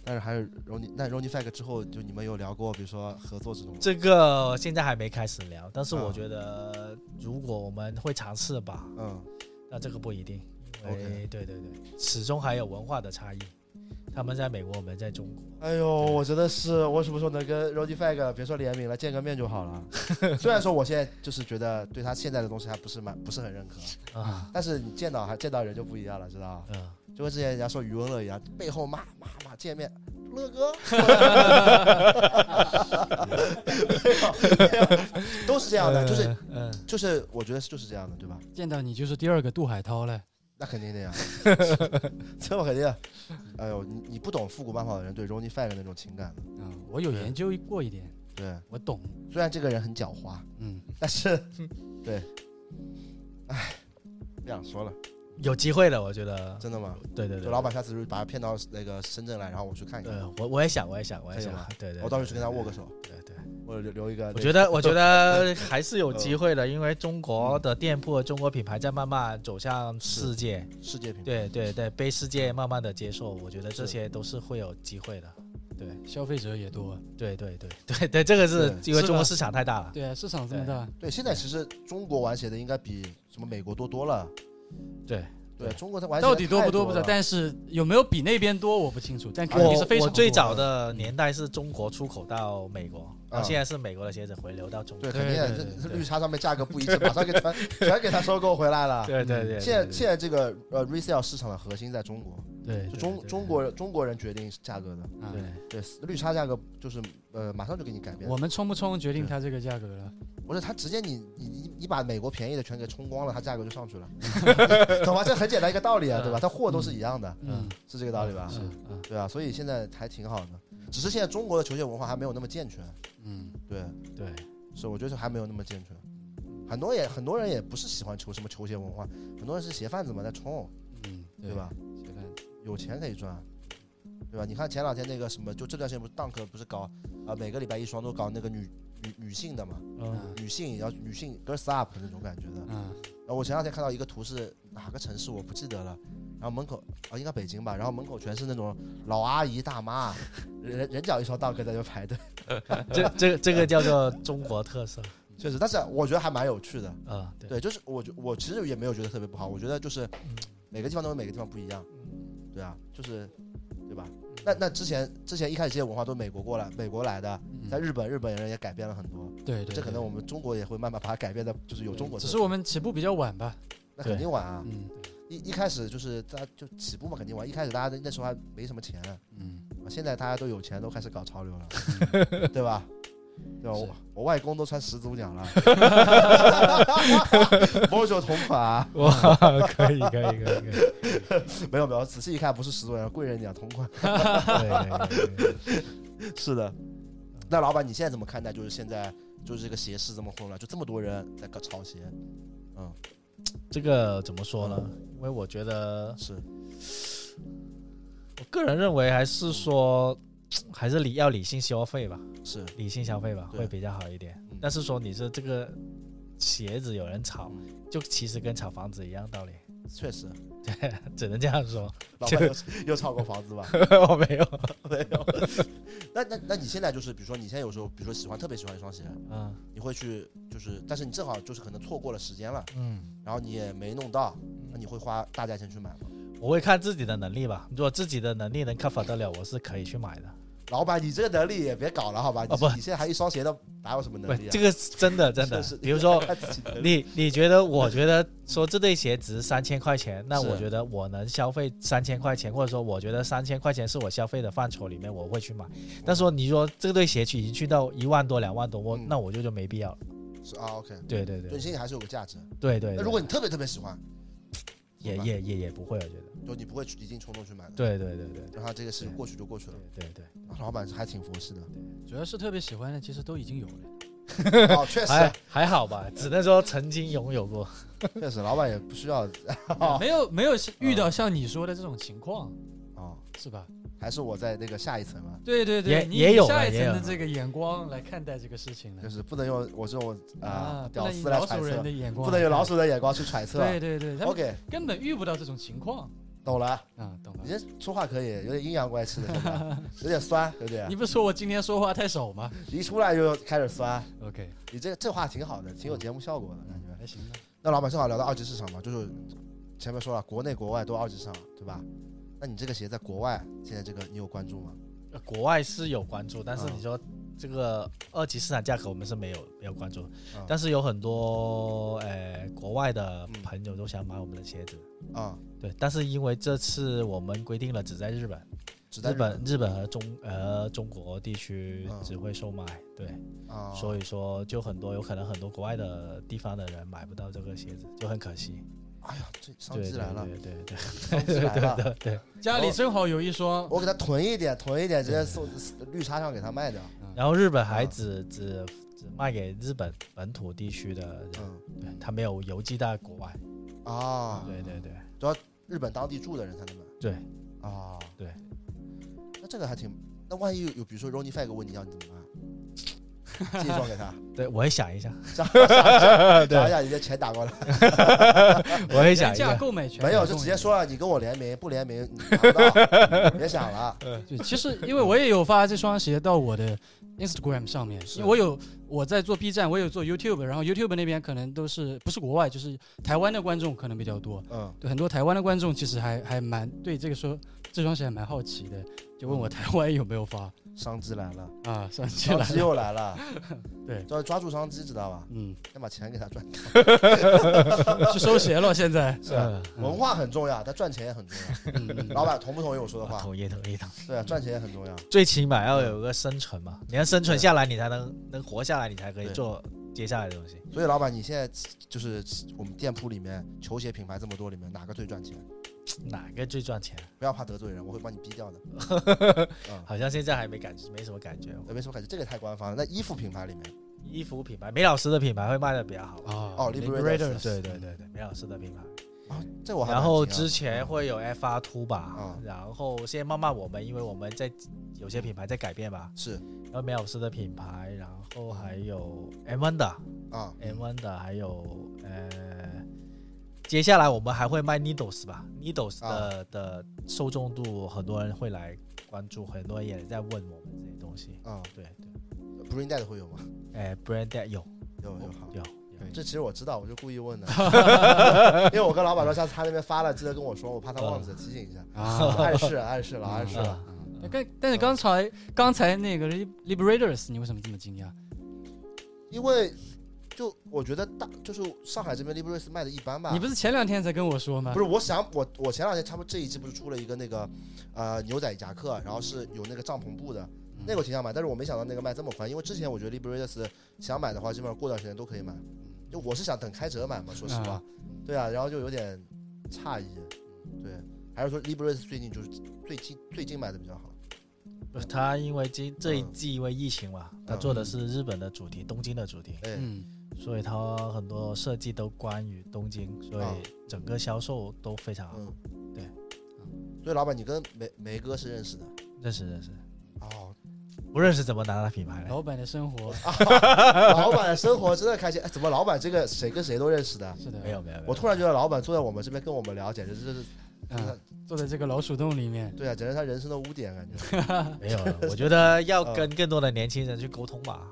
但是还有 Ronnie，那 Ronnie Fag 之后，就你们有聊过，比如说合作这种吗？
这个现在还没开始聊，但是
啊
我觉得如果我们会尝试吧，
嗯，
那这个不一定，因为
OK
对对对，始终还有文化的差异。他们在美国，我们在中国。
哎呦，我真的是，我什么时候能跟 Roddy Fag 别说联名了，见个面就好了。 虽然说我现在就是觉得对他现在的东西还不是蛮不是很认可，
啊，
但是你见到还见到人就不一样了，知道吧？
嗯，
就跟之前人家说余文乐一样，背后骂骂骂，见面乐 哥，没有没有都是这
这
样的，呃就是
嗯。
就是我觉得就是这样的，对吧？
呃见到你就是第二个杜海涛了。
那肯定的 呀，这我肯定的。哎呦，你你不懂复古漫画的人对 Roddy Fag 那种情感的，
嗯，我有
对
研究过一点，
对，
我懂。
虽然这个人很狡猾。
嗯，
但 是，对，哎，不想说了，
有机会的，我觉得，
真的吗？
对对对，
就老板下次就把他骗到那个深圳来，然后我去看一看，
对，我我也想，我也想，我也
可以
想
吗，
对对，
我到时候去跟他握个手。
对对，
或者留留一个那个。
我觉得，我觉得 还是有机会的，因为中国的店铺、中国品牌在慢慢走向世界，
世界品牌，
对对对，被世界慢慢的接受，我觉得这
是
些都是会有机会的。对
消费者也多。
对对对对对，这个是
对
因为
是
中国
的
市场太大了。
对啊，市场这么
对
大，
对，现在其实中国玩鞋的应该比什么美国多多了。
对
对，中国它玩鞋
到底多
太
不
多
不知道，
了哦
但是有没有比那边多我不清楚，但肯定是非
我
常
我最
多
早的年代是中国出口到美国，然
啊
后现在是美国的鞋子回流到中
对，。
国
肯定
对
的
对对
这这
对
绿茶上面价格不一致，马上给 他全给他收购回来了。
对对对，
啊嗯现在现在这个呃 resale 市场的核心在中国，
对
就中中国中国人决定价格的。
啊
对
对，绿茶价格就是呃马上就给你改变
我。们冲不冲决定它这个价格了。
不是，他直接你你你你把美国便宜的全给冲光了，它价格就上 去了，懂吧？这很简单一个道理啊，对吧？它货都是一样的，
嗯，
是这个道理吧？
是啊，
对啊，所以现在还挺好的，只是现在中国的球鞋文化还没有那么健全，
嗯，
对，
对
是我觉得还没有那么健全，很多也很多人也不是喜欢球什么球鞋文化，很多人是鞋贩子嘛在冲，
嗯，
对？吧？
这个
有钱可以赚，对吧？你看前两天那个什么，就这段时间不是 Dunk 不是搞啊、呃每个礼拜一双都搞那个女女女性的嘛，
嗯
女性也要女性 girls up 那种感觉的。
嗯
然后我前两天看到一个图是哪个城市我不记得了，然后门口啊应该北京吧，然后门口全是那种老阿姨大妈，人人脚一双 Dunk 在那排队， 嗯
这这这个叫做中国特色
确实，但是我觉得还蛮有趣的。
啊，对
对，就是我觉我其实也没有觉得特别不好，我觉得就是每个地方都有每个地方不一样，
嗯
对啊，就是对吧？那那之前之前一开始这些文化都美国过来，美国来的，
嗯
在日本日本人也改变了很多，
对对，
这可
对
能我们中国也会慢慢把它改变的，就是有中国特
只
色，
是我们起步比较晚吧。
那肯定晚啊，
嗯
一一开始就是大家就起步嘛，肯定晚，一开始大家那时候还没什么钱，啊
嗯，
现在大家都有钱，都开始搞潮流了， 对吧？对吧？
是
我我外公都穿始祖鸟了 ，Mojo 同款啊、
哇，可以可以可以可以，
没有没有，仔细一看不是十多人，贵人两同款。
对，
是的，那老板你现在怎么看待？就是现在就是这个鞋市这么混乱，就这么多人在搞炒鞋，嗯，
这个怎么说呢？因为我觉
嗯
得，
是
我个人认为还是说，还是理要理性消费吧，
是，
理性消费吧，
对
会比较好一点
嗯。
但是说你说这个鞋子有人炒
嗯，
就其实跟炒房子一样道理，
确实，
只能这样说。
老板又又炒过房子吧？
我没有，
没有。那那那你现在就是，比如说你现在有时候，比如说喜欢特别喜欢一双鞋，
嗯
你会去就是，但是你正好就是可能错过了时间了，
嗯，
然后你也没弄到，那你会花大价钱去买吗？
我会看自己的能力吧。如果自己的能力能 cover 得了，我是可以去买的。
老板，你这个能力也别搞了，好吧？你
啊不
你现在还一双鞋都哪有什么能
不，
力啊？
这个是真的真的
是是。
比如说，
看 自己能力
你你觉得，我觉得说这对鞋值三千块钱，那
是
我觉得我能消费三千块钱，或者说我觉得三千块钱是我消费的范畴里面，我会去买。但说你说这对鞋去已经去到一万多、两万多，我、
嗯
那我就就没必要了。
是啊，OK，
对对
对
对
你
对
心里还是有个价值。
对对
那如果你特别特别喜欢，
也
怎么办
也也也不会，我觉得。
就你不会去一定冲动去买的，
对对对对
然后这个事情
对
过去就过去了。
对对对，
老板还挺佛系的，
主要是特别喜欢的，其实都已经 有了。
哦，确
还
实
还好吧，只能说曾经拥有过。
确实，老板也不需要哦
没有没有遇
啊
到像你说的这种情况，
哦，
是吧？
还是我在那个下一层啊，
对对
也
对，你
也
以
有
下
了
一
也
层
有
的
了
这个眼光来看待这个事情
就
了
是不能用我这种啊
不
屌
能以
丝来
老
揣
鼠人
测
的，眼光，
不能用老。鼠的眼光去揣测。
对对对，他们
OK，
根本遇不到这种情况
懂了，
啊，懂吧
你？这说话可以，有点阴阳怪气的，现在 有点酸，有点
你不是说我今天说话太少吗
一出来就开始酸。
？OK，
你这这话挺好的，挺有节目效果的感觉。
还行吧。
那老板正好聊到二级市场嘛，就是前面说了，国内国外都二级市场，对吧？那你这个鞋在国外现在这个你有关注吗？
呃国外是有关注，但是
嗯
你说这个二级市场价格我们是没有没有关注，
嗯
但是有很多呃国外的
嗯
朋友都想买我们的鞋子。
啊、
对，但是因为这次我们规定了只在日本，
只在
日本日本和中呃中国地区
嗯
只会售卖，对，
啊，
所以说就很多有可能很多国外的地方的人买不到这个鞋子，就很可惜。
哎呀，这商
对
机
对
来了，
对对对
商机来
对
了，
对对。
家里正好有一双，
我给他囤一点，囤一点，直接送绿茶上给他卖掉。
然后日本还
嗯
只只只卖给日本本土地区的人，
嗯
对，他没有邮寄到国外。
啊，
对对对
日本当地住的人才能买
对，
啊。
对，
那这个还挺，那万一有有比如说 Ronnie Fag 问你要你怎么办？寄一双给他，
对，我也想 一下，
想想想一
对，
下你的钱打过来，
我也想
原
一
价
下。
购买权
没有就直接说了，啊你跟我联名，不联名你拿不到，别想了。
对，其实因为我也有发这双鞋到我的 Instagram 上面，因为我有我在做 B 站，我有做 YouTube，然后 YouTube 那边可能都是不是国外，就是台湾的观众可能比较多。
嗯，
对，很多台湾的观众其实还还蛮对这个说这双鞋还蛮好奇的，就问我台湾有没有发
商机来了，
啊，上去
商
了，
机又来了，
对
要抓住商机，知道吧？
嗯，
先把钱给他赚。
去收鞋了，现在，
是啊
嗯
文化很重要，但赚钱也很重要。
嗯嗯
老板同不同意我说的话？
啊同意同意同意，
对啊，赚钱也很重要。
最起码要有个生存嘛，你要生存下来，你才能能活下来，你才可以
嗯对
做接下来的东西。
所以老板，你现在就是我们店铺里面球鞋品牌这么多里面，哪个最赚钱？
哪个最赚钱？
不要怕得罪人，我会帮你逼掉的。嗯，
好像现在还没感觉，没什么感觉。
呃没什么感觉，这个太官方了。那衣服品牌里面，
衣服品牌，梅老师的品牌会卖的比较好。
啊
哦，Liberators
对对对对，梅老师的品牌。
啊，这我还
然后
蛮惊讶的
之前会有 FR Two 吧
嗯，
然后现在慢慢我们因为我们在有些品牌在改变嘛，
是
然后梅老师的品牌，然后还有 M One 的
啊，
M One 的，还有呃，接下来我们还会卖 Needles 吧，Needles
啊
的的受众度很多人会来关注，很多人也在问我们这些东西。
啊
对对，
，Bring Dead 会有吗？
哎，Brand Dad 有
哦有有好。
有
这其实我知道，我就故意问 的，因为我跟老板说，下次他那边发了，记得跟我说，我怕他忘记了，提醒一下。
嗯
啊，嗯
暗示暗示了，暗示
有
了。
啊，
但但是刚才刚才那个 Lib- Liberators，你为什么这么惊讶？
嗯
因为就我觉得大就是上海这边 Libris 卖的一般吧。
你不是前两天才跟我说吗？
啊不是，我想我我前两天他们这一季不是出了一个那个呃牛仔夹克，然后是有那个帐篷布的，那个我挺想买，但是我没想到那个卖这么快，因为之前我觉得 Libris 想买的话，基本上过段时间都可以买，嗯就我是想等开折买嘛，说实话，
啊
对啊，然后就有点诧异，嗯对，还是说 Libris 最近就是最近最近卖的比较好，
不是他因为这这一
嗯
季因为疫情嘛，他做的是日本的主题，东京的主题，
哎，
嗯，
所以它很多设计都关于东京，所
啊
以整个销售都非常好。
嗯，
对，
所以老板你跟梅梅哥是认识的
认识认识，
哦，
不认识怎么拿到品牌
哎
呢？
老板的生活
啊老板的生活真的开心。哎，怎么老板这个谁跟谁都认识的？
是的，
没有没有，没有
我突然觉得老板坐在我们这边跟我们聊，简直就是，
嗯，坐在这个老鼠洞里面，
对啊，简直他人生的污点感觉。
没 有了。我觉得要跟更多的年轻人去沟通吧，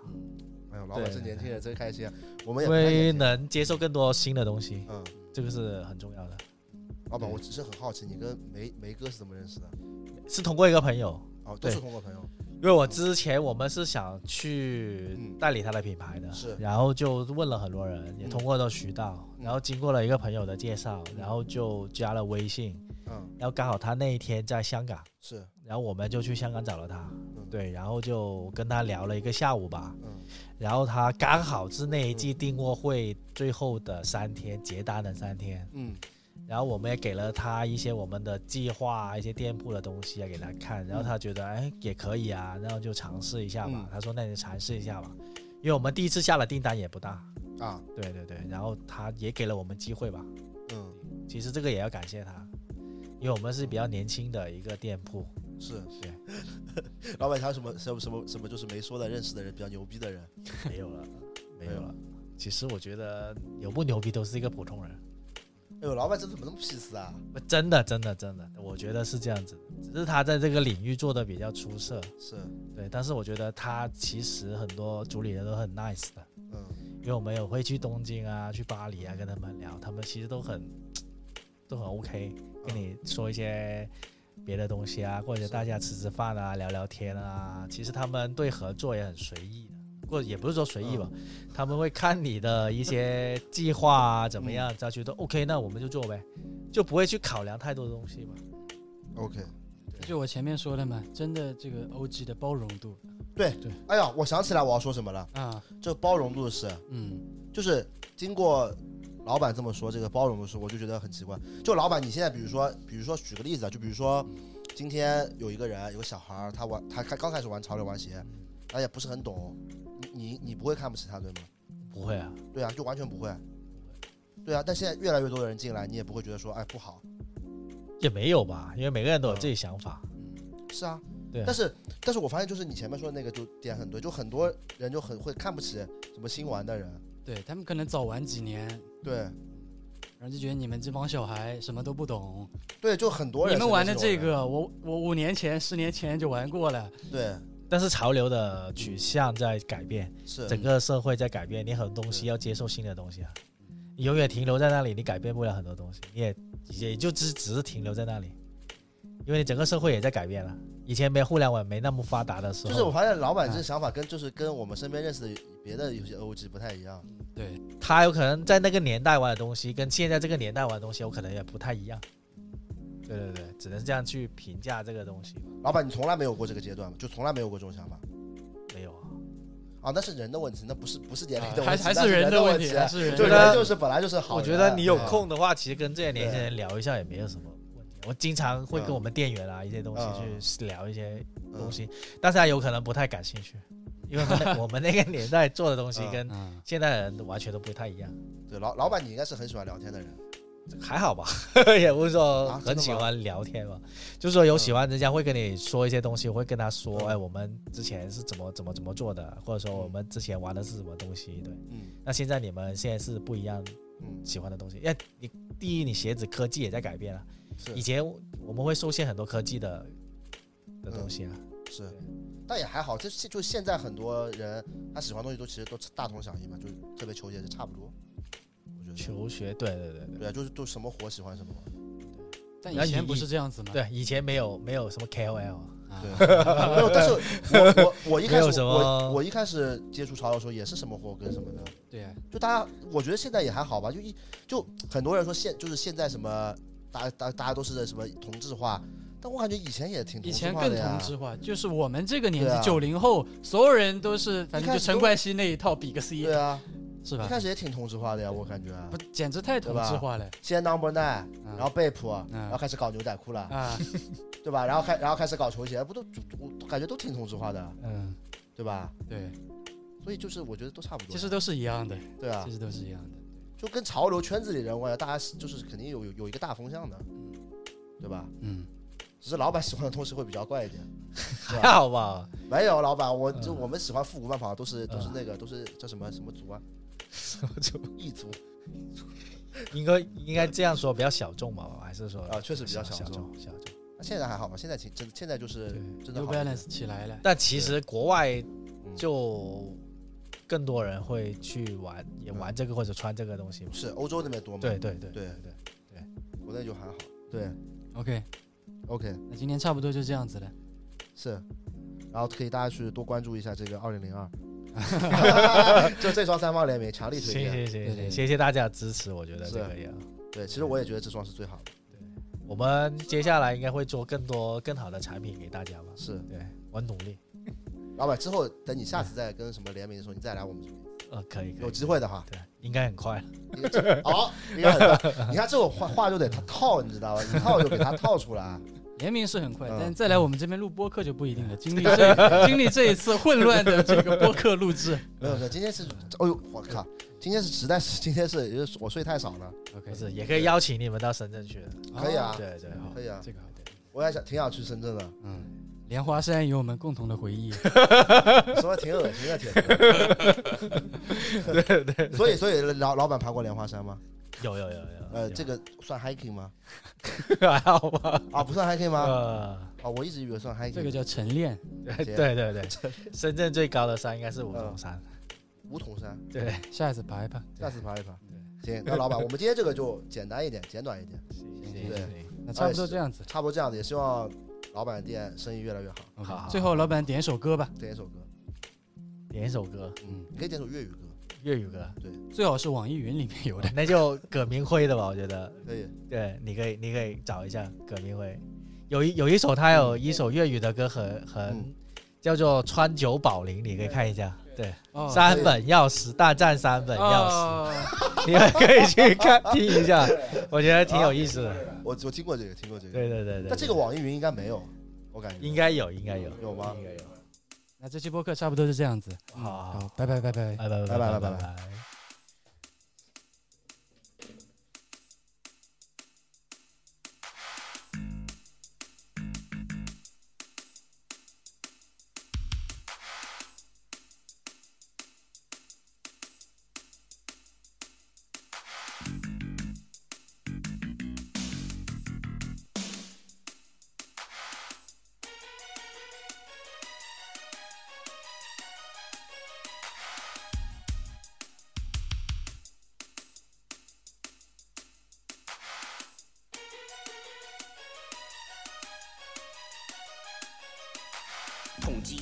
哎呦，老板
对
这年轻人真开心啊， 我们也
因
不太
为
年轻
能接受更多新的东西，
嗯，
这个是很重要的。
老板，我只是很好奇，你跟梅梅哥是怎么认识的？
是通过一个朋友，
哦，都是
对
通过朋友。
因为我之前我们是想去
嗯
代理他的品牌的，
是
然后就问了很多人，也
嗯
通过了渠道，
嗯
然后经过了一个朋友的介绍，然后就加了微信，
嗯，
然后刚好他那一天在香港。
是，
然后我们就去香港找了他，对，然后就跟他聊了一个下午吧，
嗯
然后他刚好是那一季订货会最后的三天结单的三天，
嗯
然后我们也给了他一些我们的计划啊、一些店铺的东西啊给他看，然后他觉得哎也可以啊，然后就尝试一下吧
嗯，
他说那你尝试一下吧，因为我们第一次下的订单也不大，
啊，
对对对，然后他也给了我们机会吧，
嗯，
其实这个也要感谢他，因为我们是比较年轻的一个店铺，
是
对。
老板，还有什么什么什么什么就是没说的认识的人比较牛逼的人？
没有了，
没
没
有
有了。嗯其实我觉得牛不牛逼都是一个普通人，
哎呦，老板这怎么那么屁事啊？
真的，真的，真的，我觉得是这样子的。只是他在这个领域做的比较出色，
是，
对。但是我觉得他其实很多主理人都很 nice 的，
嗯，
因为我们有会去东京啊、去巴黎啊跟他们聊，他们其实都很都很 OK，跟你说一些别的东西啊，或者
是
大家吃吃饭啊、聊聊天啊。其实他们对合作也很随意的，或者也不是说随意吧，他们会看你的一些计划啊怎么样，他觉得 OK，那我们就做呗，就不会去考量太多的东西嘛。
嗯 OK。
就我前面说的嘛，真的这个 OG 的包容度
哎呀，我想起来我要说什么了，
啊，
这包容度的事。
嗯，
就是经过老板这么说，这个包容的时候，我就觉得很奇怪。就老板，你现在比如说，比如说举个例子啊，就比如说今天有一个人，有个小孩儿，他玩他开刚开始玩潮流玩鞋，他也不是很懂，你你你不会看不起他对吗？
不会啊，
对啊，就完全不会。对啊，但现在越来越多的人进来，你也不会觉得说哎不好。
嗯也没有吧，因为每个人都有自己想法。
是啊，
对啊
但是但是我发现就是你前面说的那个就点很对，就很多人就很会看不起什么新玩的人，
对他们可能早玩几年，
对
然后就觉得你们这帮小孩什么都不懂，
对，就很多人
你们
是
玩的
这
这
种人
个，我我五年前、十年前就玩过了，
对
但是潮流的取向在改变，
是
整个社会在改变，你很多东西要接受新的东西啊。
嗯
你永远停留在那里，你改变不了很多东西，你也也就只只是停留在那里，因为你整个社会也在改变了。以前没互联网没那么发达的时候，
就是我发现老板
啊
这想法跟就是跟我们身边认识的别的有些呃 OG 不太一样，
对，
他有可能在那个年代玩的东西，跟现在这个年代玩的东西，有可能也不太一样。对对对，只能这样去评价这个东西。
老板你从来没有过这个阶段吗？就从来没有过这种想法
没有啊，
啊？那是人的问题，那不是不是年龄的问题，
啊还还
那
是人
的
问
题啊
题，，还是人
就
的
对
问
的
人
题
就是本来就是好
我
人。
觉得你有
嗯
空的话，其实跟这些年轻人聊一下也没有什么问题。我经常会跟我们店员啊一些东
嗯
西去聊一些
嗯
东西，但是他有可能不太感兴趣，因为我 们那我们那个年代做的东西
嗯
跟
嗯，
现代人完全都不太一样。
对老老板你应该是很喜欢聊天的人，
还好吧， 也不是说
啊真
很
的
喜
吗
欢聊天嘛，就是说有喜欢人家会跟你说一些东西，我会跟他说，
嗯
哎，我们之前是怎么怎么怎么做的，或者说我们之前玩的是什么东西，对。
嗯
那现在你们现在是不一样
嗯
喜欢的东西，因为你第一，你鞋子科技也在改变了，以
是
前我们会受限很多科技的
嗯
的东西啊，
是，但也还好，就就现在很多人他喜欢的东西都其实都大同小异嘛，就是特别求也是差不多，我觉得
求学，对对对对
对啊，就是就什么火喜欢什么嘛，
但
然
以
后
前
你
不是这样子吗？
对，以前没有没有什么 KOL，啊
啊
对，没有，但是我我我一开
没有
始
什
我
么
我一开始接触潮流的时候也是什么火跟什么的，
对啊，
就大家，我觉得现在也还好吧，就一就很多人说现就是现在什么，大大大家都是什么同质化，但我感觉以前也挺
以
同质
前
化
更
的呀
同。质化，就是我们这个年
对啊
纪，九零后，所有人都是，反
一
正
开
就
始
陈
都
冠希那一套比个 C，
对啊，
是
一
吧？
开始也挺同质化的呀，我感觉。
不，简直太同
对吧啊
质化了
先 number nine，
嗯
然后被迫，
嗯
然后开始搞牛仔裤了，
啊！
对吧？然后开然后开始搞球鞋，不都就我感觉都挺同质化的，
嗯，
对吧？
对，
所以就是我觉得都差不多。
其实都是一样的，
对啊
其，实都是一样的。
就跟潮流圈子里人，我感觉大家是就是肯定有有有一个大风向的，嗯对吧？
嗯，
只是老板喜欢的东西会比较怪一点。对
还好吧？
没有，老板，我
嗯
就我们喜欢复古慢跑，都是都是那个，都是叫什么什么族啊？
就
异族
应该应该这样说，比较小众吧，还是说
啊，确实比较小
小
众。
众小众。
那现在还好吧？现在其真现在就是
对
真的
New
好一点
Balance 起来了，
但其实国外
嗯
就更多人会去玩，也
嗯
玩这个或者穿这个东西嘛。
是欧洲那边多嘛？
对对对
嗯对
对，
国内就还好。对
OK，
，OK
那今天差不多就这样子了。
是，然后可以大家去多关注一下这个二零 零二，就这双三方联名，强力推
行
荐。
行
对
行
对
行，谢谢大家的支持，我觉得
是啊
这个也。
对，其实我也觉得这双是最好的。
我们接下来应该会做更多更好的产品给大家吧？
是，
对，我努力。
老板，之后等你下次再跟什么联名的时候，你再来我们这边，
呃，可以，可以
有机。会的哈。
对，应该很快。
好，你看很棒，你看这种话话就得他套，你知道吧？一套就给他套出来。
联名是很快，
嗯
但再来我们这边录播客就不一定了。经 历这经历这一次混乱的这个播客录制
没有没有，今天是，哎呦，我靠，今天是实在是，今天是，也就是我睡太少了，
，OK，
不是，也可以邀请你们到深圳去的。
可以啊，
对对，
好
可以啊，
哦这个好
我也想挺想去深圳的，
嗯，莲花山有我们共同的回忆。
说的挺恶心的，挺，对对，所以所以老老板爬过莲花山吗？
啊
有有有有。
呃，
有
这个算 hiking 吗？
还好吧？
啊，不算 hiking 吗？
呃，
啊，我一直以为算 hiking，
这个叫晨练，
对对对对，深圳最高的山应该是五
嗯
峰山。
梧桐山，
对，
下一次爬一爬。
下次爬一爬。行，那老板，我们今天这个就简单一点，简短一点，
行
行
对
行。
那差不多这样子。
差不多这样子，也希望老板的店生意越来越好。
OK，
好好
最后老板点首歌吧，
点一首歌，
点一首歌，
嗯，你可以点首粤语歌，
粤语歌，
最好是网易云里面 有的。
那就葛明辉的吧，我觉得。
可以。
对，你可以，你可以找一下葛明辉，有一有一首他有一首粤语的歌很
嗯
很叫做《川久保玲》，你可以看一下。对，
哦
三本钥匙大战三本钥匙，
哦
你们可以去看听一 下，我觉得挺有意思的。
我我听过这个，听过这个。
对对对对，
但这个网易云应该没有，我感觉
应该有，应该有，
有吗
应？该有。
那这期播客差不多就这样子。
好好好
好，拜拜拜拜。
拜嗯拜
拜拜
拜
拜
拜
拜
拜。
知？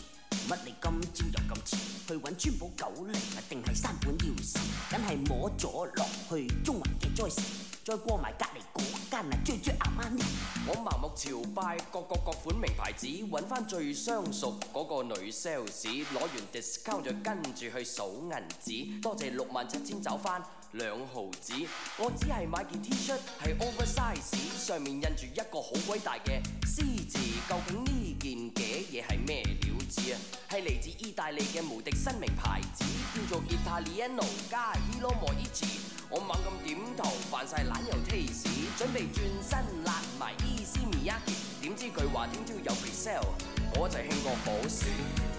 乜你今朝又咁遲？去揾川寶九零啊，定係三本要匙？梗係摸咗落去中環嘅 Joyce，再過埋隔離嗰間啊，追追阿媽呢？
我盲目朝拜各個各款名牌子，揾翻最相熟嗰個女 sales，攞完 discount 就跟住去數銀紙，多謝六萬七千找翻兩毫子。我只係買件 T 恤係 oversize，上面印住一個好鬼大嘅 C 字，究竟呢件嘅嘢係咩料子啊？係嚟自意大利嘅無敵新名牌子，叫做 Italiano 加 Hilo Moichi。我猛咁點頭，扮晒懶油 taste，準備轉身 E 揦埋 Easy Miyagi，點知佢話聽朝有 pre sale，我就興過火屎。